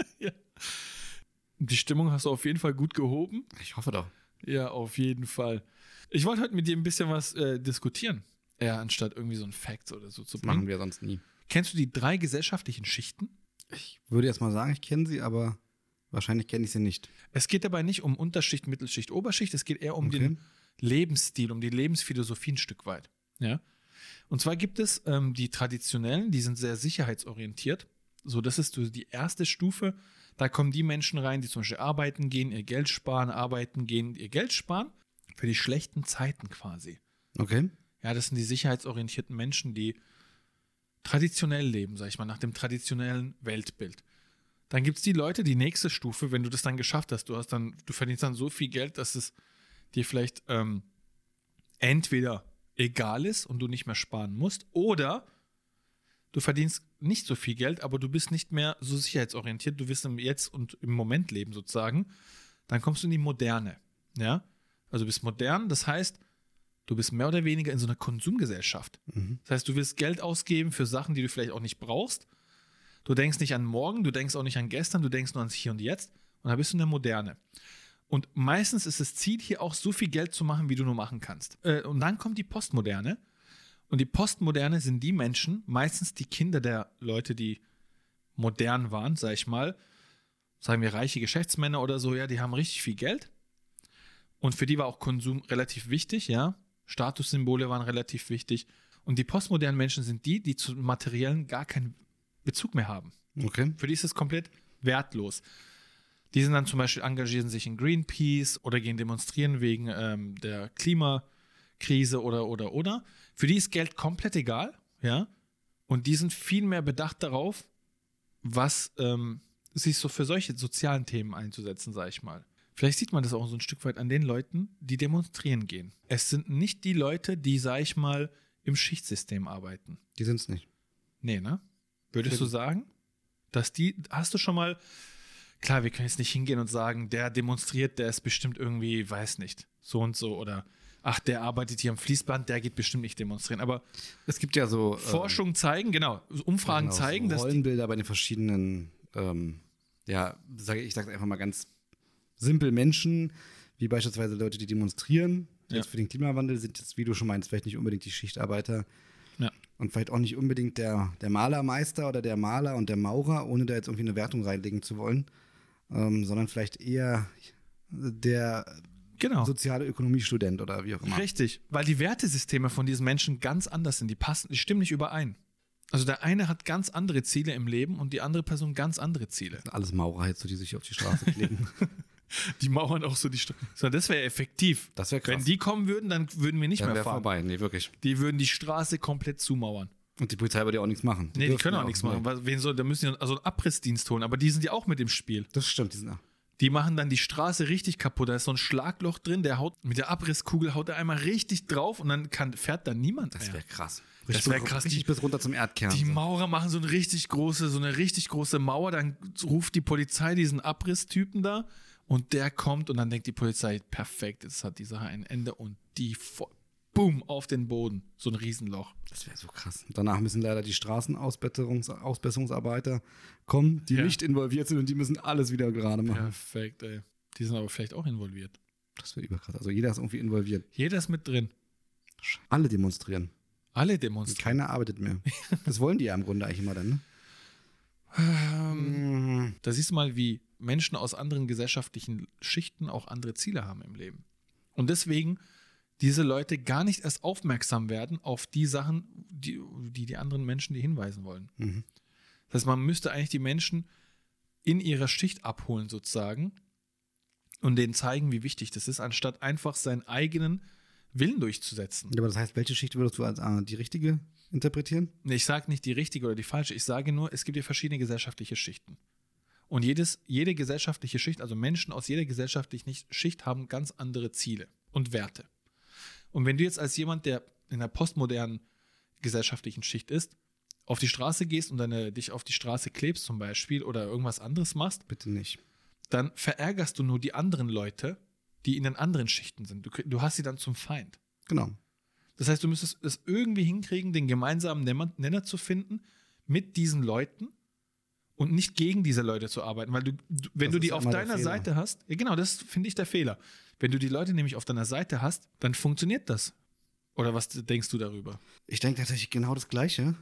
Speaker 1: Die Stimmung hast du auf jeden Fall gut gehoben.
Speaker 2: Ich hoffe doch.
Speaker 1: Ja, auf jeden Fall. Ich wollte heute mit dir ein bisschen was äh, diskutieren. Ja, anstatt irgendwie so ein Fact oder so zu
Speaker 2: Das machen
Speaker 1: bringen.
Speaker 2: wir sonst nie.
Speaker 1: Kennst du die drei gesellschaftlichen Schichten?
Speaker 2: Ich würde jetzt mal sagen, ich kenne sie, aber wahrscheinlich kenne ich sie nicht.
Speaker 1: Es geht dabei nicht um Unterschicht, Mittelschicht, Oberschicht. Es geht eher um
Speaker 2: Okay.
Speaker 1: den Lebensstil, um die Lebensphilosophie ein Stück weit. Ja? Und zwar gibt es ähm, die traditionellen, die sind sehr sicherheitsorientiert. So, das ist so die erste Stufe. Da kommen die Menschen rein, die zum Beispiel arbeiten gehen, ihr Geld sparen, arbeiten gehen, ihr Geld sparen. Für die schlechten Zeiten quasi.
Speaker 2: Okay.
Speaker 1: Ja, das sind die sicherheitsorientierten Menschen, die traditionell leben, sag ich mal, nach dem traditionellen Weltbild. Dann gibt es die Leute, die nächste Stufe, wenn du das dann geschafft hast, du hast dann, du verdienst dann so viel Geld, dass es dir vielleicht ähm, entweder egal ist und du nicht mehr sparen musst, oder du verdienst nicht so viel Geld, aber du bist nicht mehr so sicherheitsorientiert, du wirst im Jetzt und im Moment leben sozusagen. Dann kommst du in die Moderne. Ja? Also du bist modern, das heißt, Du bist mehr oder weniger in so einer Konsumgesellschaft.
Speaker 2: Mhm.
Speaker 1: Das heißt, du willst Geld ausgeben für Sachen, die du vielleicht auch nicht brauchst. Du denkst nicht an morgen, du denkst auch nicht an gestern, du denkst nur ans Hier und Jetzt. Und da bist du in der Moderne. Und meistens ist das Ziel hier auch, so viel Geld zu machen, wie du nur machen kannst. Äh, Und dann kommt die Postmoderne. Und die Postmoderne sind die Menschen, meistens die Kinder der Leute, die modern waren, sag ich mal. Sagen wir reiche Geschäftsmänner oder so, ja, die haben richtig viel Geld. Und für die war auch Konsum relativ wichtig, ja. Statussymbole waren relativ wichtig. Und die postmodernen Menschen sind die, die zum Materiellen gar keinen Bezug mehr haben.
Speaker 2: Okay.
Speaker 1: Für die ist es komplett wertlos. Die sind dann zum Beispiel engagieren sich in Greenpeace oder gehen demonstrieren wegen ähm, der Klimakrise oder oder oder. Für die ist Geld komplett egal, ja. Und die sind viel mehr bedacht darauf, was ähm, sich so für solche sozialen Themen einzusetzen, sage ich mal. Vielleicht sieht man das auch so ein Stück weit an den Leuten, die demonstrieren gehen. Es sind nicht die Leute, die, sage ich mal, im Schichtsystem arbeiten.
Speaker 2: Die sind es nicht.
Speaker 1: Nee, ne? Würdest
Speaker 2: Stimmt.
Speaker 1: du sagen, dass die, hast du schon mal, klar, wir können jetzt nicht hingehen und sagen, der demonstriert, der ist bestimmt irgendwie, weiß nicht, so und so oder ach, der arbeitet hier am Fließband, der geht bestimmt nicht demonstrieren. Aber
Speaker 2: Es gibt ja so. ähm,
Speaker 1: Forschung zeigen, genau, Umfragen
Speaker 2: genau, so
Speaker 1: zeigen, dass die,
Speaker 2: Rollenbilder bei den verschiedenen, ähm, ja, sage ich, ich sage einfach mal ganz simpel Menschen, wie beispielsweise Leute, die demonstrieren
Speaker 1: Ja.
Speaker 2: jetzt für den Klimawandel, sind jetzt, wie du schon meinst, vielleicht nicht unbedingt die Schichtarbeiter
Speaker 1: Ja.
Speaker 2: und vielleicht auch nicht unbedingt der, der Malermeister oder der Maler und der Maurer, ohne da jetzt irgendwie eine Wertung reinlegen zu wollen, ähm, sondern vielleicht eher der
Speaker 1: genau.
Speaker 2: soziale Ökonomiestudent oder wie auch immer.
Speaker 1: Richtig, weil die Wertesysteme von diesen Menschen ganz anders sind. Die passen, die stimmen nicht überein. Also der eine hat ganz andere Ziele im Leben und die andere Person ganz andere Ziele.
Speaker 2: Alles Maurer jetzt, so die sich auf die Straße kleben.
Speaker 1: Die mauern auch so die Straße. So, das wäre effektiv.
Speaker 2: Das wäre krass.
Speaker 1: Wenn die kommen würden, dann würden wir nicht
Speaker 2: Dann
Speaker 1: mehr
Speaker 2: wäre
Speaker 1: fahren.
Speaker 2: vorbei, nee, wirklich.
Speaker 1: Die würden die Straße komplett zumauern.
Speaker 2: Und die Polizei würde ja auch nichts machen.
Speaker 1: Nee, die
Speaker 2: dürften
Speaker 1: können
Speaker 2: ja
Speaker 1: auch nichts machen.
Speaker 2: nee.
Speaker 1: Weil, wen soll, da müssen die also einen Abrissdienst holen, aber die sind ja auch mit im Spiel.
Speaker 2: Das stimmt, die sind
Speaker 1: Die machen dann die Straße richtig kaputt. Da ist so ein Schlagloch drin, der haut mit der Abrisskugel haut er einmal richtig drauf und dann kann, fährt da niemand
Speaker 2: Das
Speaker 1: mehr.
Speaker 2: wäre krass.
Speaker 1: Das wär krass,
Speaker 2: Richtig
Speaker 1: die-
Speaker 2: bis runter zum Erdkern.
Speaker 1: Die Maurer machen so eine richtig große, so eine richtig große Mauer, dann ruft die Polizei diesen Abrisstypen da und der kommt und dann denkt die Polizei, perfekt, jetzt hat die Sache ein Ende und die vo- boom auf den Boden, so ein Riesenloch.
Speaker 2: das wäre so krass. Danach müssen leider die Straßenausbesserungsarbeiter kommen, die
Speaker 1: Ja.
Speaker 2: nicht involviert sind und die müssen alles wieder gerade machen.
Speaker 1: Perfekt, ey. Die sind aber vielleicht auch involviert.
Speaker 2: Das wäre überkrass. Also jeder ist irgendwie involviert.
Speaker 1: Jeder ist mit drin.
Speaker 2: Alle demonstrieren.
Speaker 1: Alle
Speaker 2: Und
Speaker 1: demonstrieren.
Speaker 2: keiner arbeitet mehr. Das wollen die ja im Grunde eigentlich immer dann, ne? Mm.
Speaker 1: Da siehst du mal, wie Menschen aus anderen gesellschaftlichen Schichten auch andere Ziele haben im Leben. Und deswegen diese Leute gar nicht erst aufmerksam werden auf die Sachen, die die, die anderen Menschen die hinweisen wollen.
Speaker 2: Mhm.
Speaker 1: Das heißt, man müsste eigentlich die Menschen in ihrer Schicht abholen sozusagen und denen zeigen, wie wichtig das ist, anstatt einfach seinen eigenen Willen durchzusetzen.
Speaker 2: Ja, Aber das heißt, welche Schicht würdest du als äh, die richtige interpretieren?
Speaker 1: Nee, Ich sage nicht die richtige oder die falsche. Ich sage nur, es gibt ja verschiedene gesellschaftliche Schichten. Und jedes, jede gesellschaftliche Schicht, also Menschen aus jeder gesellschaftlichen Nicht- Schicht, haben ganz andere Ziele und Werte. Und wenn du jetzt als jemand, der in der postmodernen gesellschaftlichen Schicht ist, auf die Straße gehst und deine, dich auf die Straße klebst zum Beispiel oder irgendwas anderes machst,
Speaker 2: Bitte nicht.
Speaker 1: dann verärgerst du nur die anderen Leute, die in den anderen Schichten sind. Du, krie- du hast sie dann zum Feind.
Speaker 2: Genau.
Speaker 1: Das heißt, du müsstest es irgendwie hinkriegen, den gemeinsamen Nenner, Nenner zu finden mit diesen Leuten und nicht gegen diese Leute zu arbeiten, weil du, du wenn
Speaker 2: Das
Speaker 1: du
Speaker 2: ist
Speaker 1: die auf
Speaker 2: immer der
Speaker 1: deiner
Speaker 2: Fehler.
Speaker 1: Seite hast, ja genau, das finde ich der Fehler. Wenn du die Leute nämlich auf deiner Seite hast, dann funktioniert das. Oder was denkst du darüber?
Speaker 2: Ich denke tatsächlich genau das Gleiche.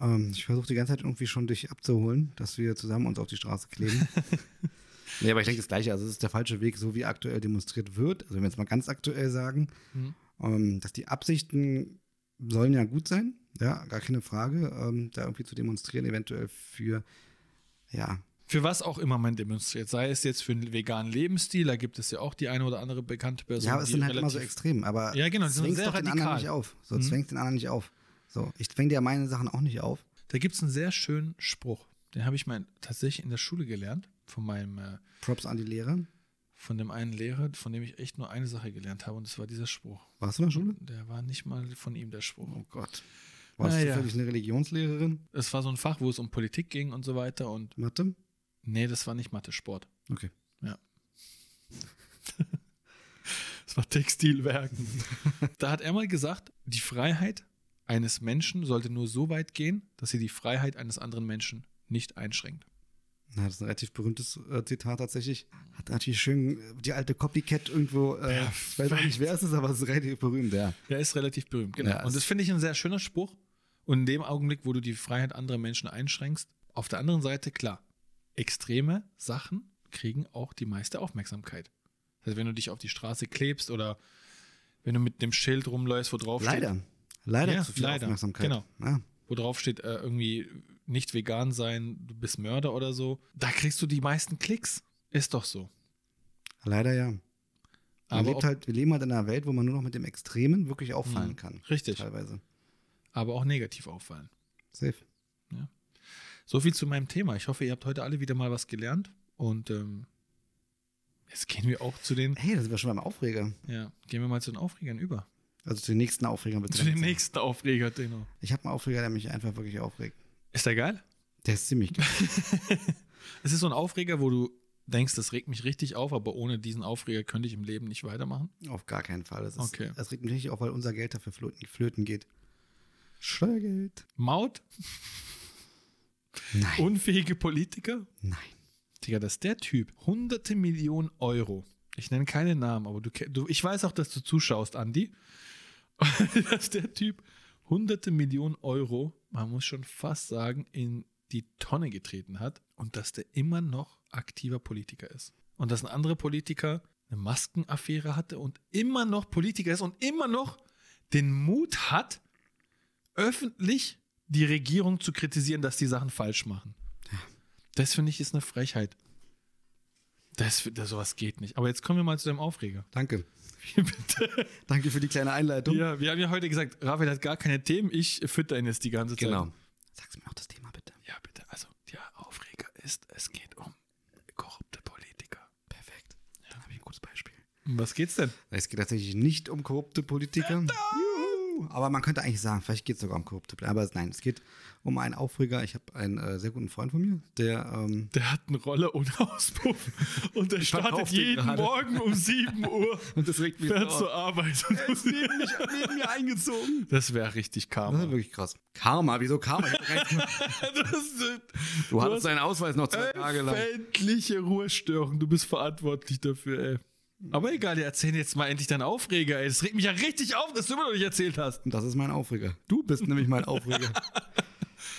Speaker 2: Ähm, ich versuche die ganze Zeit irgendwie schon dich abzuholen, dass wir zusammen uns auf die Straße kleben. nee, aber ich denke das Gleiche. Also, es ist der falsche Weg, so wie aktuell demonstriert wird. Also, wenn wir jetzt mal ganz aktuell sagen,
Speaker 1: Mhm.
Speaker 2: ähm, dass die Absichten sollen ja gut sein. Ja, gar keine Frage. Ähm, da irgendwie zu demonstrieren, eventuell für, ja,
Speaker 1: Für was auch immer man demonstriert, sei es jetzt für einen veganen Lebensstil, da gibt es ja auch die eine oder andere bekannte Person.
Speaker 2: ja, aber es
Speaker 1: die
Speaker 2: sind halt immer so
Speaker 1: relativ-
Speaker 2: extrem. Aber
Speaker 1: Ja, genau, die sind
Speaker 2: zwängst
Speaker 1: sehr
Speaker 2: doch den anderen
Speaker 1: radikal.
Speaker 2: nicht auf. So,
Speaker 1: Mhm.
Speaker 2: zwängst den anderen nicht auf. So, ich zwäng dir meine Sachen auch nicht auf.
Speaker 1: Da gibt es einen sehr schönen Spruch, den habe ich mal tatsächlich in der Schule gelernt, von meinem äh,
Speaker 2: Props an die Lehrer.
Speaker 1: von dem einen Lehrer, von dem ich echt nur eine Sache gelernt habe, und das war dieser Spruch.
Speaker 2: Warst du in der Schule?
Speaker 1: Der war nicht mal von ihm der Spruch.
Speaker 2: Oh Gott. Warst du
Speaker 1: Naja.
Speaker 2: zufällig eine Religionslehrerin?
Speaker 1: Es war so ein Fach, wo es um Politik ging und so weiter. Und
Speaker 2: Mathe?
Speaker 1: nee, das war nicht Mathe, Sport.
Speaker 2: Okay.
Speaker 1: Es war Textilwerken. da hat er mal gesagt, die Freiheit eines Menschen sollte nur so weit gehen, dass sie die Freiheit eines anderen Menschen nicht einschränkt.
Speaker 2: Na, das ist ein relativ berühmtes äh, Zitat tatsächlich. Hat natürlich schön äh, die alte Copycat irgendwo, äh, ich weiß auch nicht, wer es ist, aber es ist relativ berühmt, ja.
Speaker 1: Der ist relativ berühmt, genau.
Speaker 2: Ja, es-
Speaker 1: und das finde ich ein sehr schöner Spruch. Und in dem Augenblick, wo du die Freiheit anderer Menschen einschränkst, auf der anderen Seite, klar, extreme Sachen kriegen auch die meiste Aufmerksamkeit. Das heißt, wenn du dich auf die Straße klebst oder wenn du mit dem Schild rumläufst, wo drauf steht,
Speaker 2: Leider. Leider
Speaker 1: Ja,
Speaker 2: zu viel
Speaker 1: leider.
Speaker 2: Aufmerksamkeit.
Speaker 1: Genau.
Speaker 2: Ja.
Speaker 1: wo drauf steht äh, irgendwie nicht vegan sein, du bist Mörder oder so, da kriegst du die meisten Klicks. Ist doch so.
Speaker 2: Leider ja. Man
Speaker 1: Aber
Speaker 2: lebt
Speaker 1: ob,
Speaker 2: halt, wir leben halt in einer Welt, wo man nur noch mit dem Extremen wirklich auffallen
Speaker 1: Mhm.
Speaker 2: kann.
Speaker 1: richtig,
Speaker 2: Teilweise.
Speaker 1: aber auch negativ auffallen.
Speaker 2: Safe.
Speaker 1: So viel zu meinem Thema. Ich hoffe, ihr habt heute alle wieder mal was gelernt. Und ähm, jetzt gehen wir auch zu den,
Speaker 2: Hey, da sind wir schon beim Aufreger.
Speaker 1: ja, gehen wir mal zu den Aufregern über.
Speaker 2: Also zu den nächsten Aufregern bitte.
Speaker 1: Zu dem nächsten Aufreger, genau.
Speaker 2: Ich habe einen Aufreger, der mich einfach wirklich aufregt.
Speaker 1: Ist der geil?
Speaker 2: Der ist ziemlich geil.
Speaker 1: Es ist so ein Aufreger, wo du denkst, das regt mich richtig auf, aber ohne diesen Aufreger könnte ich im Leben nicht weitermachen.
Speaker 2: Auf gar keinen Fall. Das, ist,
Speaker 1: Okay.
Speaker 2: das regt mich richtig auf, weil unser Geld dafür flöten, flöten geht. Steuergeld.
Speaker 1: Maut,
Speaker 2: Nein.
Speaker 1: unfähige Politiker.
Speaker 2: Nein.
Speaker 1: Digga, dass der Typ hunderte Millionen Euro, ich nenne keine Namen, aber du, ke- du ich weiß auch, dass du zuschaust, Andi, dass der Typ hunderte Millionen Euro, man muss schon fast sagen, in die Tonne getreten hat und dass der immer noch aktiver Politiker ist. Und dass ein anderer Politiker eine Maskenaffäre hatte und immer noch Politiker ist und immer noch den Mut hat, öffentlich die Regierung zu kritisieren, dass die Sachen falsch machen. Das finde ich ist eine Frechheit. Das, das sowas geht nicht. Aber jetzt kommen wir mal zu deinem Aufreger.
Speaker 2: Danke.
Speaker 1: Bitte.
Speaker 2: Danke für die kleine Einleitung.
Speaker 1: Ja, wir haben ja heute gesagt, Raphael hat gar keine Themen, ich fütter ihn jetzt die ganze Zeit.
Speaker 2: Genau. Sag's mir auch das Thema bitte.
Speaker 1: Ja, bitte. Also, der Aufreger ist, es geht um korrupte Politiker.
Speaker 2: Perfekt. Dann habe ich ein gutes Beispiel.
Speaker 1: Um was geht's denn?
Speaker 2: Es geht tatsächlich nicht um korrupte Politiker. Juhu. Aber man könnte eigentlich sagen, vielleicht geht es sogar um korrupte Politiker. Aber nein, es geht um einen Aufreger. Ich habe einen äh, sehr guten Freund von mir, der ähm,
Speaker 1: Der hat einen Roller ohne Auspuff und der startet
Speaker 2: verkauf den
Speaker 1: jeden
Speaker 2: gerade.
Speaker 1: Morgen um 7 Uhr.
Speaker 2: Und das regt mich
Speaker 1: fährt
Speaker 2: so auf.
Speaker 1: zur Arbeit. und muss-
Speaker 2: neben mir eingezogen.
Speaker 1: Das wäre richtig
Speaker 2: Das ist
Speaker 1: Karma.
Speaker 2: wirklich krass. Karma, wieso Karma? Ich hab doch gar nicht-
Speaker 1: Das ist-
Speaker 2: Du
Speaker 1: hast-
Speaker 2: hattest deinen Ausweis noch zwei Tage lang.
Speaker 1: Öffentliche Ruhestörung, du bist verantwortlich dafür, ey. Aber egal, wir erzählen jetzt mal endlich deinen Aufreger, ey. Das regt mich ja richtig auf, dass du immer noch nicht erzählt hast.
Speaker 2: Und das ist mein Aufreger. Du bist nämlich mein Aufreger.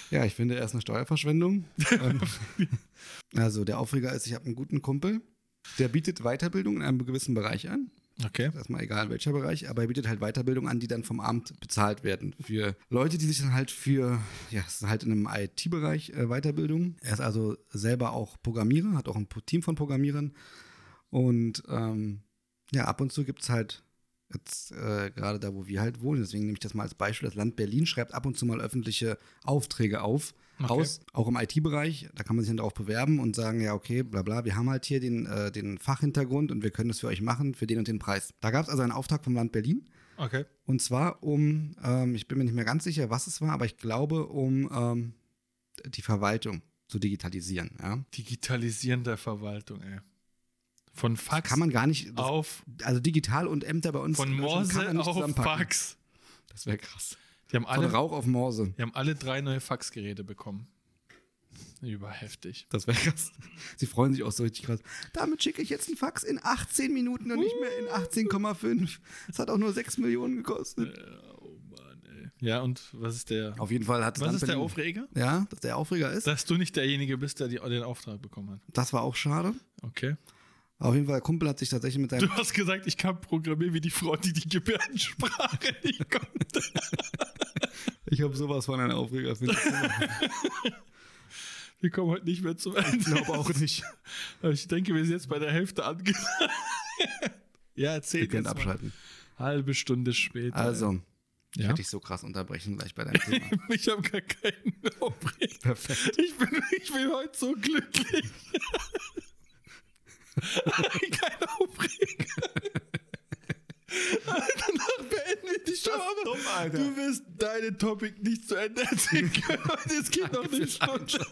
Speaker 2: ja, ich finde, er ist eine Steuerverschwendung. Ähm, also, der Aufreger ist, ich habe einen guten Kumpel, der bietet Weiterbildung in einem gewissen Bereich an.
Speaker 1: Okay.
Speaker 2: erstmal egal welcher Bereich, aber er bietet halt Weiterbildung an, die dann vom Amt bezahlt werden. Für Leute, die sich dann halt für, ja, es ist halt in einem IT-Bereich äh, Weiterbildung. Er ist also selber auch Programmierer, hat auch ein Po- Team von Programmierern. Und ähm, ja, ab und zu gibt es halt jetzt äh, gerade da, wo wir halt wohnen, deswegen nehme ich das mal als Beispiel. Das Land Berlin schreibt ab und zu mal öffentliche Aufträge auf.
Speaker 1: Okay.
Speaker 2: Aus, auch im IT-Bereich, da kann man sich dann darauf bewerben und sagen, ja, okay, bla bla, wir haben halt hier den, äh, den Fachhintergrund und wir können das für euch machen, für den und den Preis. Da gab es also einen Auftrag vom Land Berlin
Speaker 1: Okay.
Speaker 2: und zwar um, ähm, ich bin mir nicht mehr ganz sicher, was es war, aber ich glaube, um ähm, die Verwaltung zu digitalisieren. Ja?
Speaker 1: Digitalisieren der Verwaltung, ey. Von Fax
Speaker 2: Kann man gar nicht, das,
Speaker 1: auf,
Speaker 2: also digital und Ämter bei uns
Speaker 1: von
Speaker 2: in Deutschland kann
Speaker 1: Morse
Speaker 2: man nicht
Speaker 1: auf
Speaker 2: zusammenpacken.
Speaker 1: Fax.
Speaker 2: Das wäre krass.
Speaker 1: Die haben,
Speaker 2: Von
Speaker 1: alle,
Speaker 2: Rauch auf Morse.
Speaker 1: die haben alle drei neue Faxgeräte bekommen. Überheftig.
Speaker 2: Das wäre krass. Sie freuen sich auch so richtig krass. Damit schicke ich jetzt einen Fax in 18 Minuten und nicht mehr in 18,5. Das hat auch nur 6 Millionen gekostet.
Speaker 1: Oh Mann, ey. Ja, und was ist der,
Speaker 2: Auf jeden Fall hat es
Speaker 1: was
Speaker 2: Land
Speaker 1: ist der
Speaker 2: Berlin-
Speaker 1: Aufreger?
Speaker 2: Ja, dass der Aufreger ist.
Speaker 1: Dass du nicht derjenige bist, der die, den Auftrag bekommen hat.
Speaker 2: Das war auch schade.
Speaker 1: Okay.
Speaker 2: Auf jeden Fall, der Kumpel hat sich tatsächlich mit seinem
Speaker 1: Du hast gesagt, ich kann programmieren wie die Frau, die die Gebärdensprache nicht konnte.
Speaker 2: Ich habe sowas von einem Aufreger. finde Ich
Speaker 1: Wir kommen heute nicht mehr zum Ende.
Speaker 2: glaube auch nicht.
Speaker 1: Aber Ich denke, wir sind jetzt bei der Hälfte angelangt. ja, erzähl
Speaker 2: Ihr könnt
Speaker 1: jetzt mal.
Speaker 2: abschalten.
Speaker 1: Halbe Stunde später.
Speaker 2: Also, ich
Speaker 1: ja?
Speaker 2: hätte ich so krass unterbrechen gleich bei deinem Thema.
Speaker 1: ich habe gar keinen Aufreger.
Speaker 2: Perfekt.
Speaker 1: Ich bin, ich bin heute so glücklich. Kein Aufreger. Danach beenden wir die Show. aber
Speaker 2: dumm, Alter.
Speaker 1: Du wirst deine Topic nicht zu Ende erzählen können. Und es geht noch eine Stunde.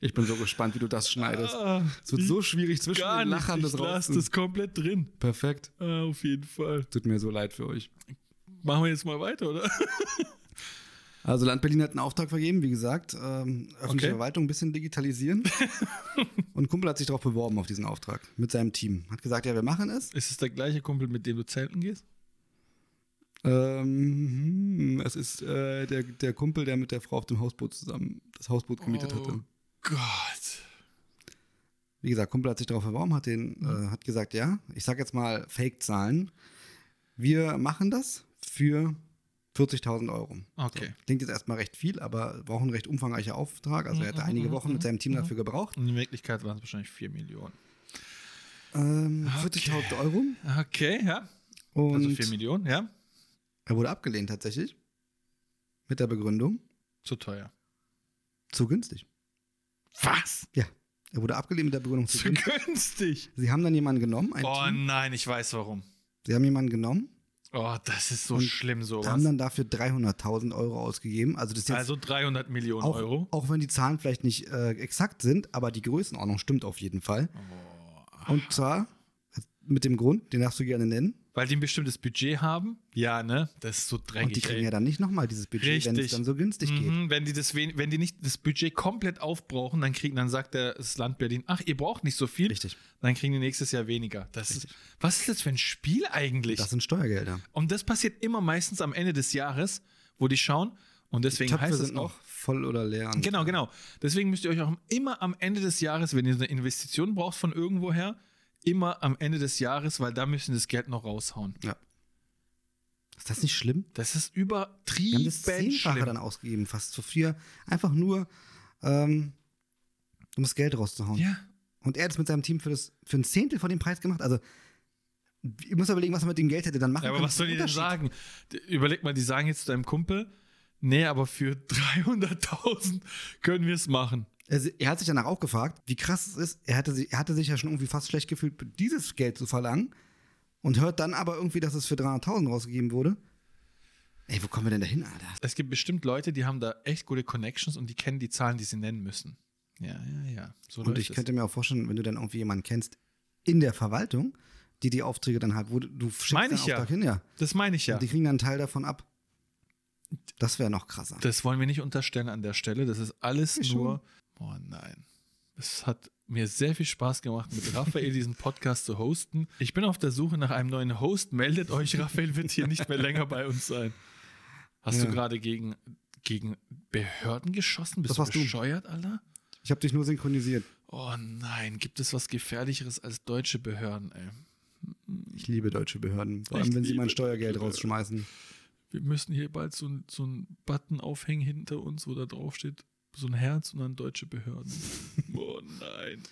Speaker 2: Ich bin so gespannt, wie du das schneidest.
Speaker 1: Ah,
Speaker 2: Es wird so schwierig zwischen
Speaker 1: gar
Speaker 2: den
Speaker 1: nicht.
Speaker 2: Lachern
Speaker 1: Ich
Speaker 2: das raus.
Speaker 1: lasse das komplett drin.
Speaker 2: Perfekt.
Speaker 1: Ah, auf jeden Fall.
Speaker 2: Tut mir so leid für euch.
Speaker 1: Machen wir jetzt mal weiter, oder?
Speaker 2: Also Land Berlin hat einen Auftrag vergeben, wie gesagt, ähm, öffentliche
Speaker 1: Okay.
Speaker 2: Verwaltung ein bisschen digitalisieren. und Kumpel hat sich darauf beworben auf diesen Auftrag mit seinem Team. Hat gesagt, ja, wir machen es.
Speaker 1: Ist es der gleiche Kumpel, mit dem du zelten gehst?
Speaker 2: Ähm, hm, es ist äh, der, der Kumpel, der mit der Frau auf dem Hausboot zusammen das Hausboot gemietet
Speaker 1: Oh
Speaker 2: hatte.
Speaker 1: Gott.
Speaker 2: Wie gesagt, Kumpel hat sich darauf beworben, hat, den, äh, hat gesagt, ja, ich sag jetzt mal Fake-Zahlen. Wir machen das für 40.000 Euro.
Speaker 1: Okay.
Speaker 2: Klingt jetzt erstmal recht viel, aber war auch ein recht umfangreicher Auftrag. Also er hatte einige Wochen mit seinem Team dafür gebraucht.
Speaker 1: In Wirklichkeit waren es wahrscheinlich 4 Millionen.
Speaker 2: Ähm,
Speaker 1: Okay.
Speaker 2: 40.000 Euro.
Speaker 1: Okay, ja.
Speaker 2: Und
Speaker 1: Also 4 Millionen, ja.
Speaker 2: er wurde abgelehnt tatsächlich. Mit der Begründung.
Speaker 1: Zu teuer.
Speaker 2: Zu günstig.
Speaker 1: Was?
Speaker 2: Ja. Er wurde abgelehnt mit der Begründung zu
Speaker 1: Zu
Speaker 2: günstig.
Speaker 1: günstig.
Speaker 2: Sie haben dann jemanden genommen, ein
Speaker 1: Oh
Speaker 2: Team.
Speaker 1: nein, ich weiß warum.
Speaker 2: Sie haben jemanden genommen,
Speaker 1: Oh, das ist so
Speaker 2: Und
Speaker 1: schlimm
Speaker 2: haben
Speaker 1: sowas.
Speaker 2: dann dafür 300.000 Euro ausgegeben. Also das ist jetzt
Speaker 1: Also 300 Millionen
Speaker 2: auch,
Speaker 1: Euro.
Speaker 2: auch wenn die Zahlen vielleicht nicht äh, exakt sind, aber die Größenordnung stimmt auf jeden Fall.
Speaker 1: Oh.
Speaker 2: Und zwar äh, mit dem Grund, den darfst du gerne nennen.
Speaker 1: Weil die ein bestimmtes Budget haben. Ja, ne? Das ist so dreckig.
Speaker 2: Und die kriegen
Speaker 1: ey.
Speaker 2: ja dann nicht nochmal dieses Budget, wenn es
Speaker 1: Richtig.
Speaker 2: dann so günstig geht.
Speaker 1: Mhm, wenn, die das, wen- wenn die nicht das Budget komplett aufbrauchen, dann kriegen, dann sagt der, das Land Berlin, ach, ihr braucht nicht so viel,
Speaker 2: Richtig.
Speaker 1: dann kriegen die nächstes Jahr weniger. Das ist, was ist das für ein Spiel eigentlich?
Speaker 2: Das sind Steuergelder.
Speaker 1: und das passiert immer meistens am Ende des Jahres, wo die schauen. Und deswegen
Speaker 2: Töpfe
Speaker 1: heißt es
Speaker 2: sind
Speaker 1: auch.
Speaker 2: noch voll oder leer.
Speaker 1: Genau, genau. Deswegen müsst ihr euch auch immer am Ende des Jahres, wenn ihr eine Investition braucht von irgendwoher, immer am Ende des Jahres, weil da müssen das Geld noch raushauen.
Speaker 2: Ist das nicht schlimm?
Speaker 1: Das ist
Speaker 2: Wir haben
Speaker 1: übertrieben
Speaker 2: das Zehnfache dann
Speaker 1: schlimm.
Speaker 2: ausgegeben, fast zu vier. Einfach nur, ähm, um das Geld rauszuhauen.
Speaker 1: Ja,
Speaker 2: Und er hat es mit seinem Team für, das, für ein Zehntel von dem Preis gemacht. Also, ich muss überlegen, was er mit dem Geld hätte dann machen
Speaker 1: Ja, aber
Speaker 2: können.
Speaker 1: was soll die denn
Speaker 2: Das ist ein
Speaker 1: sagen? D- Überleg mal, die sagen jetzt zu deinem Kumpel, nee, aber für 300.000 können wir es machen.
Speaker 2: Also, er hat sich danach auch gefragt, wie krass es ist. Er hatte, sich- er hatte sich ja schon irgendwie fast schlecht gefühlt, dieses Geld zu verlangen. Und hört dann aber irgendwie, dass es für 300.000 rausgegeben wurde. Ey, wo kommen wir denn da hin, Alter?
Speaker 1: Es gibt bestimmt Leute, die haben da echt gute Connections und die kennen die Zahlen, die sie nennen müssen. Ja, ja, ja. So
Speaker 2: Und
Speaker 1: läuft
Speaker 2: ich
Speaker 1: es.
Speaker 2: könnte mir auch vorstellen, wenn du dann irgendwie jemanden kennst in der Verwaltung, die die Aufträge dann hat, wo du- du schickst
Speaker 1: Meine
Speaker 2: einen
Speaker 1: ich ja.
Speaker 2: Auftrag hin, ja.
Speaker 1: das meine ich ja.
Speaker 2: Und die kriegen dann einen Teil davon ab. Das wäre noch krasser.
Speaker 1: Das wollen wir nicht unterstellen an der Stelle. Das ist alles
Speaker 2: Ich
Speaker 1: nur. Oh nein. Es hat mir sehr viel Spaß gemacht, mit Raphael diesen Podcast zu hosten. Ich bin auf der Suche nach einem neuen Host. Meldet euch, Raphael wird hier nicht mehr länger bei uns sein. Hast
Speaker 2: Ja.
Speaker 1: du gerade gegen, gegen Behörden geschossen? Bist
Speaker 2: Das
Speaker 1: du
Speaker 2: warst du.
Speaker 1: bescheuert, Alter?
Speaker 2: Ich habe dich nur synchronisiert.
Speaker 1: Oh nein, gibt es was Gefährlicheres als deutsche Behörden, ey?
Speaker 2: Ich liebe deutsche Behörden. Vor
Speaker 1: Ich
Speaker 2: allem, wenn sie
Speaker 1: liebe
Speaker 2: mein Steuergeld
Speaker 1: deutsche
Speaker 2: rausschmeißen.
Speaker 1: Wir müssen hier bald so, ein- so einen Button aufhängen hinter uns, wo da drauf steht, so ein Herz und dann deutsche Behörden. Oh nein.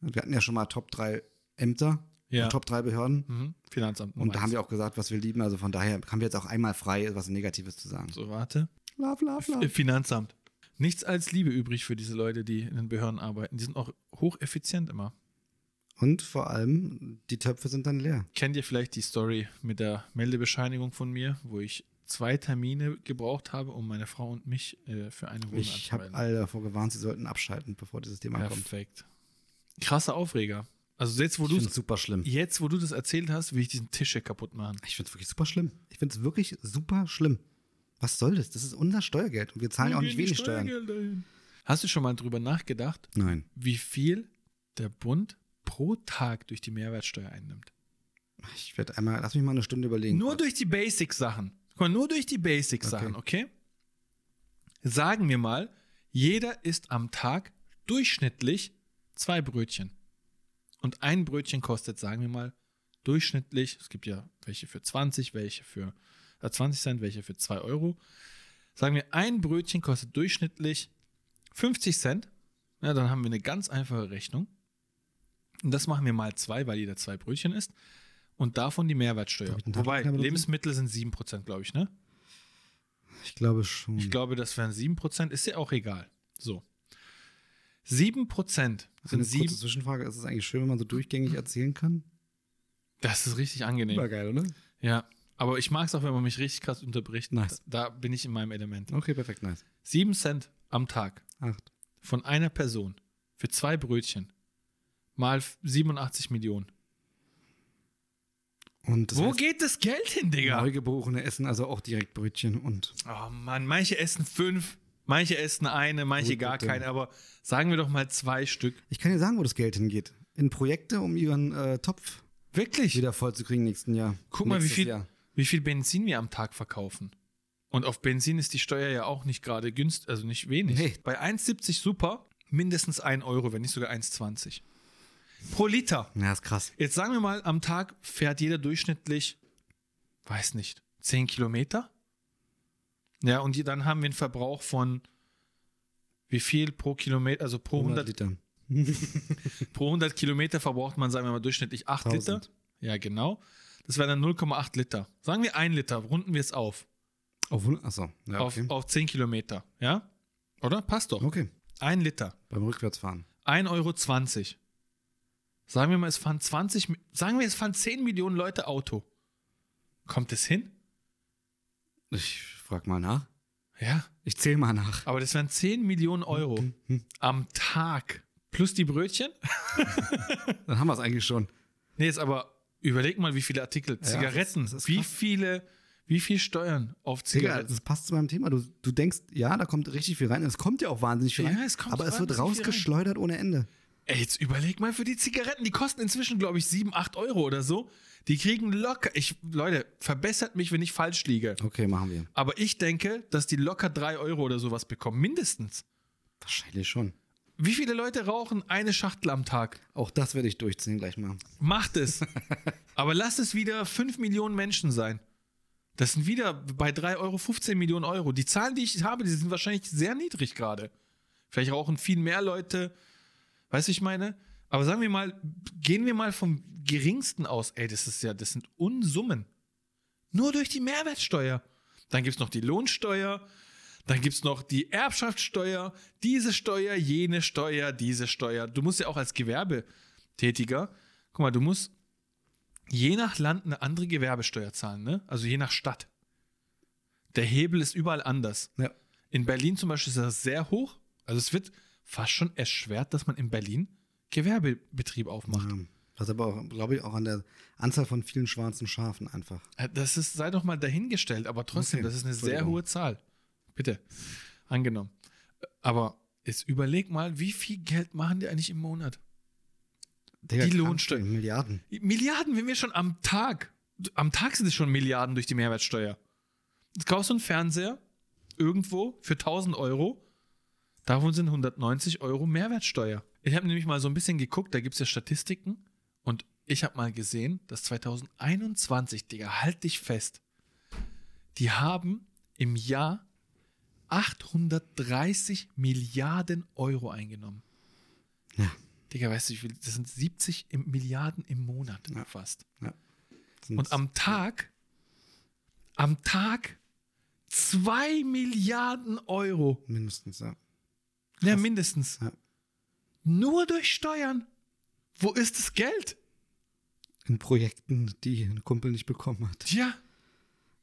Speaker 2: Wir hatten ja schon mal Top 3 Ämter, und Top 3 Behörden.
Speaker 1: Mhm. Finanzamt.
Speaker 2: Und da haben wir auch gesagt, was wir lieben. Also von daher haben wir jetzt auch einmal frei, was Negatives zu sagen.
Speaker 1: So, warte.
Speaker 2: Love, love,
Speaker 1: F- Finanzamt. Nichts als Liebe übrig für diese Leute, die in den Behörden arbeiten. Die sind auch hocheffizient immer.
Speaker 2: Und vor allem, die Töpfe sind dann leer.
Speaker 1: Kennt ihr vielleicht die Story mit der Meldebescheinigung von mir, wo ich zwei Termine gebraucht habe, um meine Frau und mich äh, für eine Wohnung
Speaker 2: Ich habe
Speaker 1: anzumelden?
Speaker 2: alle davor gewarnt, sie sollten abschalten, bevor dieses Thema kommt.
Speaker 1: Perfekt. Krasser Aufreger. Also jetzt, wo
Speaker 2: Ich
Speaker 1: du
Speaker 2: finde es super schlimm.
Speaker 1: jetzt, wo du das erzählt hast, will ich diesen Tisch hier kaputt machen.
Speaker 2: Ich finde es wirklich super schlimm. Ich finde es wirklich super schlimm. Was soll das? Das ist unser Steuergeld und wir zahlen ja auch nicht wenig Steuern.
Speaker 1: Hast du schon mal drüber nachgedacht,
Speaker 2: Nein.
Speaker 1: wie viel der Bund pro Tag durch die Mehrwertsteuer einnimmt?
Speaker 2: Ich werde einmal, lass mich mal eine Stunde überlegen.
Speaker 1: Nur durch die Basic-Sachen. Guck mal, Nur durch die Basic-Sachen, okay. Sagen wir mal, jeder isst am Tag durchschnittlich zwei Brötchen. Und ein Brötchen kostet, sagen wir mal, durchschnittlich, es gibt ja welche für 20, welche für äh, 20 Cent, welche für 2 Euro. Sagen wir, ein Brötchen kostet durchschnittlich 50 Cent. Ja, dann haben wir eine ganz einfache Rechnung. Und das machen wir mal zwei, weil jeder zwei Brötchen isst. Und davon die Mehrwertsteuer.
Speaker 2: Darf ich den
Speaker 1: Wobei,
Speaker 2: Taschenrechner benutzen?
Speaker 1: Lebensmittel sind 7%, glaube ich, ne?
Speaker 2: Ich glaube schon.
Speaker 1: Ich glaube, das wären 7%, ist ja auch egal. So. 7% sind
Speaker 2: Eine kurze
Speaker 1: 7.
Speaker 2: Zwischenfrage. Ist es eigentlich schön, wenn man so durchgängig erzählen kann?
Speaker 1: Das ist richtig angenehm.
Speaker 2: geil, oder?
Speaker 1: Ja, aber ich mag es auch, wenn man mich richtig krass unterbricht.
Speaker 2: Nice.
Speaker 1: Da, da bin ich in meinem Element.
Speaker 2: Okay, perfekt, nice.
Speaker 1: 7 Cent am Tag
Speaker 2: Acht.
Speaker 1: von einer Person für zwei Brötchen mal 87 Millionen.
Speaker 2: Und das
Speaker 1: Wo
Speaker 2: heißt,
Speaker 1: geht das Geld hin, Digga?
Speaker 2: neugeborene Essen, also auch direkt Brötchen und
Speaker 1: Oh Mann, manche essen fünf, manche essen eine, manche
Speaker 2: Gut,
Speaker 1: gar
Speaker 2: bitte.
Speaker 1: keine, aber sagen wir doch mal zwei Stück.
Speaker 2: Ich kann dir sagen, wo das Geld hingeht. In Projekte, um ihren äh, Topf
Speaker 1: Wirklich?
Speaker 2: wieder vollzukriegen nächsten Jahr.
Speaker 1: Guck mal, wie
Speaker 2: Nächstes
Speaker 1: viel-
Speaker 2: Jahr.
Speaker 1: Wie viel Benzin wir am Tag verkaufen. Und auf Benzin ist die Steuer ja auch nicht gerade günstig, also nicht wenig.
Speaker 2: Nee.
Speaker 1: Bei 1,70 super, mindestens 1 Euro, wenn nicht sogar 1,20. Pro Liter.
Speaker 2: Ja, ist krass.
Speaker 1: Jetzt sagen wir mal, am Tag fährt jeder durchschnittlich, weiß nicht, 10 Kilometer. Ja, und die- dann haben wir einen Verbrauch von wie viel pro Kilometer, also pro 100,
Speaker 2: Liter.
Speaker 1: pro 100 Kilometer verbraucht man, sagen wir mal, durchschnittlich 8 Liter.
Speaker 2: 1000.
Speaker 1: Ja, genau. Das wären dann 0,8 Liter. Sagen wir 1 Liter, runden wir es auf,
Speaker 2: Auf, 100 achso, ja, okay.
Speaker 1: auf, auf 10 Kilometer. Ja? Oder? Passt doch.
Speaker 2: Okay.
Speaker 1: Ein Liter.
Speaker 2: Beim Rückwärtsfahren.
Speaker 1: 1,20 Euro. Sagen wir mal, es fahren 20, Mi- sagen wir, es fahren 10 Millionen Leute Auto. Kommt es hin?
Speaker 2: Ich frag mal nach.
Speaker 1: Ja.
Speaker 2: Ich zähl mal nach. Hm,
Speaker 1: Aber das wären 10 Millionen Euro
Speaker 2: Mhm.
Speaker 1: am Tag. Plus die Brötchen?
Speaker 2: hm. Dann haben wir es eigentlich schon.
Speaker 1: Nee, jetzt aber überleg mal, wie viele Artikel.
Speaker 2: das-
Speaker 1: Zigaretten.
Speaker 2: das ist
Speaker 1: wie
Speaker 2: krass.
Speaker 1: viele, wie viel Steuern auf
Speaker 2: Digga,
Speaker 1: Zigaretten?
Speaker 2: das passt zu meinem Thema. Du, du denkst, ja, da kommt richtig viel rein. Es kommt ja auch wahnsinnig viel
Speaker 1: Ja,
Speaker 2: rein.
Speaker 1: es kommt
Speaker 2: aber es wird
Speaker 1: wahnsinnig viel
Speaker 2: rausgeschleudert ohne Ende.
Speaker 1: Ey, jetzt überleg mal für die Zigaretten. Die kosten inzwischen, glaube ich, 7, 8 Euro oder so. Die kriegen locker. Ich, Leute, verbessert mich, wenn ich falsch liege.
Speaker 2: Okay, machen wir.
Speaker 1: Aber ich denke, dass die locker 3 Euro oder sowas bekommen. Mindestens.
Speaker 2: Wahrscheinlich schon.
Speaker 1: Wie viele Leute rauchen eine Schachtel am Tag?
Speaker 2: Auch das werde ich durchziehen gleich mal.
Speaker 1: Macht es. Aber lasst es wieder 5 Millionen Menschen sein. Das sind wieder bei 3 Euro 15 Millionen Euro. Die Zahlen, die ich habe, die sind wahrscheinlich sehr niedrig gerade. Vielleicht rauchen viel mehr Leute. Weißt du, ich meine? Aber sagen wir mal, gehen wir mal vom geringsten aus. Ey, das ist ja, das sind Unsummen. Nur durch die Mehrwertsteuer. Dann gibt es noch die Lohnsteuer. Dann gibt es noch die Erbschaftssteuer, diese Steuer, jene Steuer, diese Steuer. Du musst ja auch als Gewerbetätiger, guck mal, du musst je nach Land eine andere Gewerbesteuer zahlen, ne? Also je nach Stadt. Der Hebel ist überall anders.
Speaker 2: Ja.
Speaker 1: In Berlin zum Beispiel ist das sehr hoch. Also es wird fast schon erschwert, dass man in Berlin Gewerbebetrieb aufmacht.
Speaker 2: Ja. Das ist aber, auch, glaube ich, auch an der Anzahl von vielen schwarzen Schafen einfach.
Speaker 1: Äh, Das ist, sei doch mal dahingestellt, aber trotzdem,
Speaker 2: Okay,
Speaker 1: das ist eine sehr
Speaker 2: Entschuldigung.
Speaker 1: hohe Zahl. Bitte. Angenommen. Äh, Aber jetzt überleg mal, wie viel Geld machen die eigentlich im Monat?
Speaker 2: Digga,
Speaker 1: Die
Speaker 2: krank,
Speaker 1: Lohnsteuer.
Speaker 2: Milliarden.
Speaker 1: Milliarden, wenn wir schon am Tag, am Tag sind es schon Milliarden durch die Mehrwertsteuer. Jetzt kaufst du einen Fernseher irgendwo für 1000 Euro, davon sind 190 Euro Mehrwertsteuer. Ich habe nämlich mal so ein bisschen geguckt, da gibt es ja Statistiken und ich habe mal gesehen, dass 2021, Digga, halt dich fest, die haben im Jahr 830 Milliarden Euro eingenommen.
Speaker 2: Ja.
Speaker 1: Digga, weißt du, wie viel, das sind 70 im- Milliarden im Monat fast.
Speaker 2: Sind's-
Speaker 1: Und am Tag, am Tag 2 Milliarden Euro.
Speaker 2: mindestens, ja.
Speaker 1: Ja, mindestens.
Speaker 2: Ja.
Speaker 1: Nur durch Steuern. Wo ist das Geld?
Speaker 2: In Projekten, die ein Kumpel nicht bekommen hat.
Speaker 1: Tja,
Speaker 2: Ja,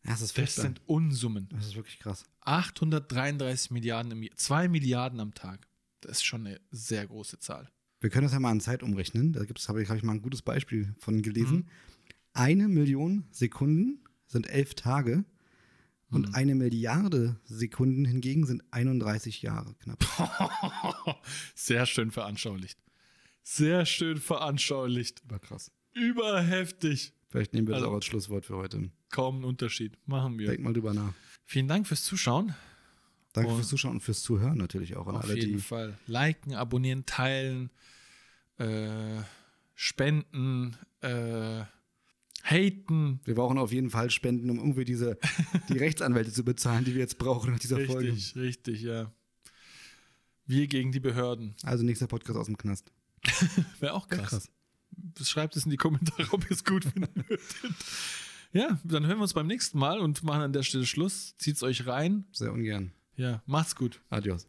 Speaker 2: das ist
Speaker 1: das
Speaker 2: furchtbar.
Speaker 1: sind Unsummen.
Speaker 2: Das ist wirklich krass.
Speaker 1: 833 Milliarden im Jahr, 2 Milliarden am Tag. Das ist schon eine sehr große Zahl.
Speaker 2: Wir können das ja mal in Zeit umrechnen. Da gibt's, habe ich, hab ich mal ein gutes Beispiel von gelesen.
Speaker 1: Mhm.
Speaker 2: Eine Million Sekunden sind elf Tage und
Speaker 1: Mhm.
Speaker 2: eine Milliarde Sekunden hingegen sind 31 Jahre knapp.
Speaker 1: Sehr schön veranschaulicht. Sehr schön veranschaulicht.
Speaker 2: War krass.
Speaker 1: Überheftig.
Speaker 2: Vielleicht nehmen wir das
Speaker 1: Also-
Speaker 2: auch als Schlusswort für heute.
Speaker 1: Kaum ein Unterschied. Machen wir.
Speaker 2: Denkt mal drüber nach.
Speaker 1: Vielen Dank fürs Zuschauen.
Speaker 2: Danke
Speaker 1: Oh.
Speaker 2: fürs Zuschauen und fürs Zuhören natürlich auch an
Speaker 1: Auf
Speaker 2: alle,
Speaker 1: jeden
Speaker 2: die
Speaker 1: Fall. Liken, abonnieren, teilen, äh, spenden, äh, haten.
Speaker 2: Wir brauchen auf jeden Fall Spenden, um irgendwie diese, die Rechtsanwälte zu bezahlen, die wir jetzt brauchen nach dieser Folge.
Speaker 1: Richtig, richtig, ja. Wir gegen die Behörden.
Speaker 2: Also nächster Podcast aus dem Knast.
Speaker 1: Wäre auch krass.
Speaker 2: krass.
Speaker 1: Schreibt es in die Kommentare, ob ihr es gut findet. ja, dann hören wir uns beim nächsten Mal und machen an der Stelle Schluss. Zieht's euch rein.
Speaker 2: Sehr ungern.
Speaker 1: Ja, macht's gut.
Speaker 2: Adios.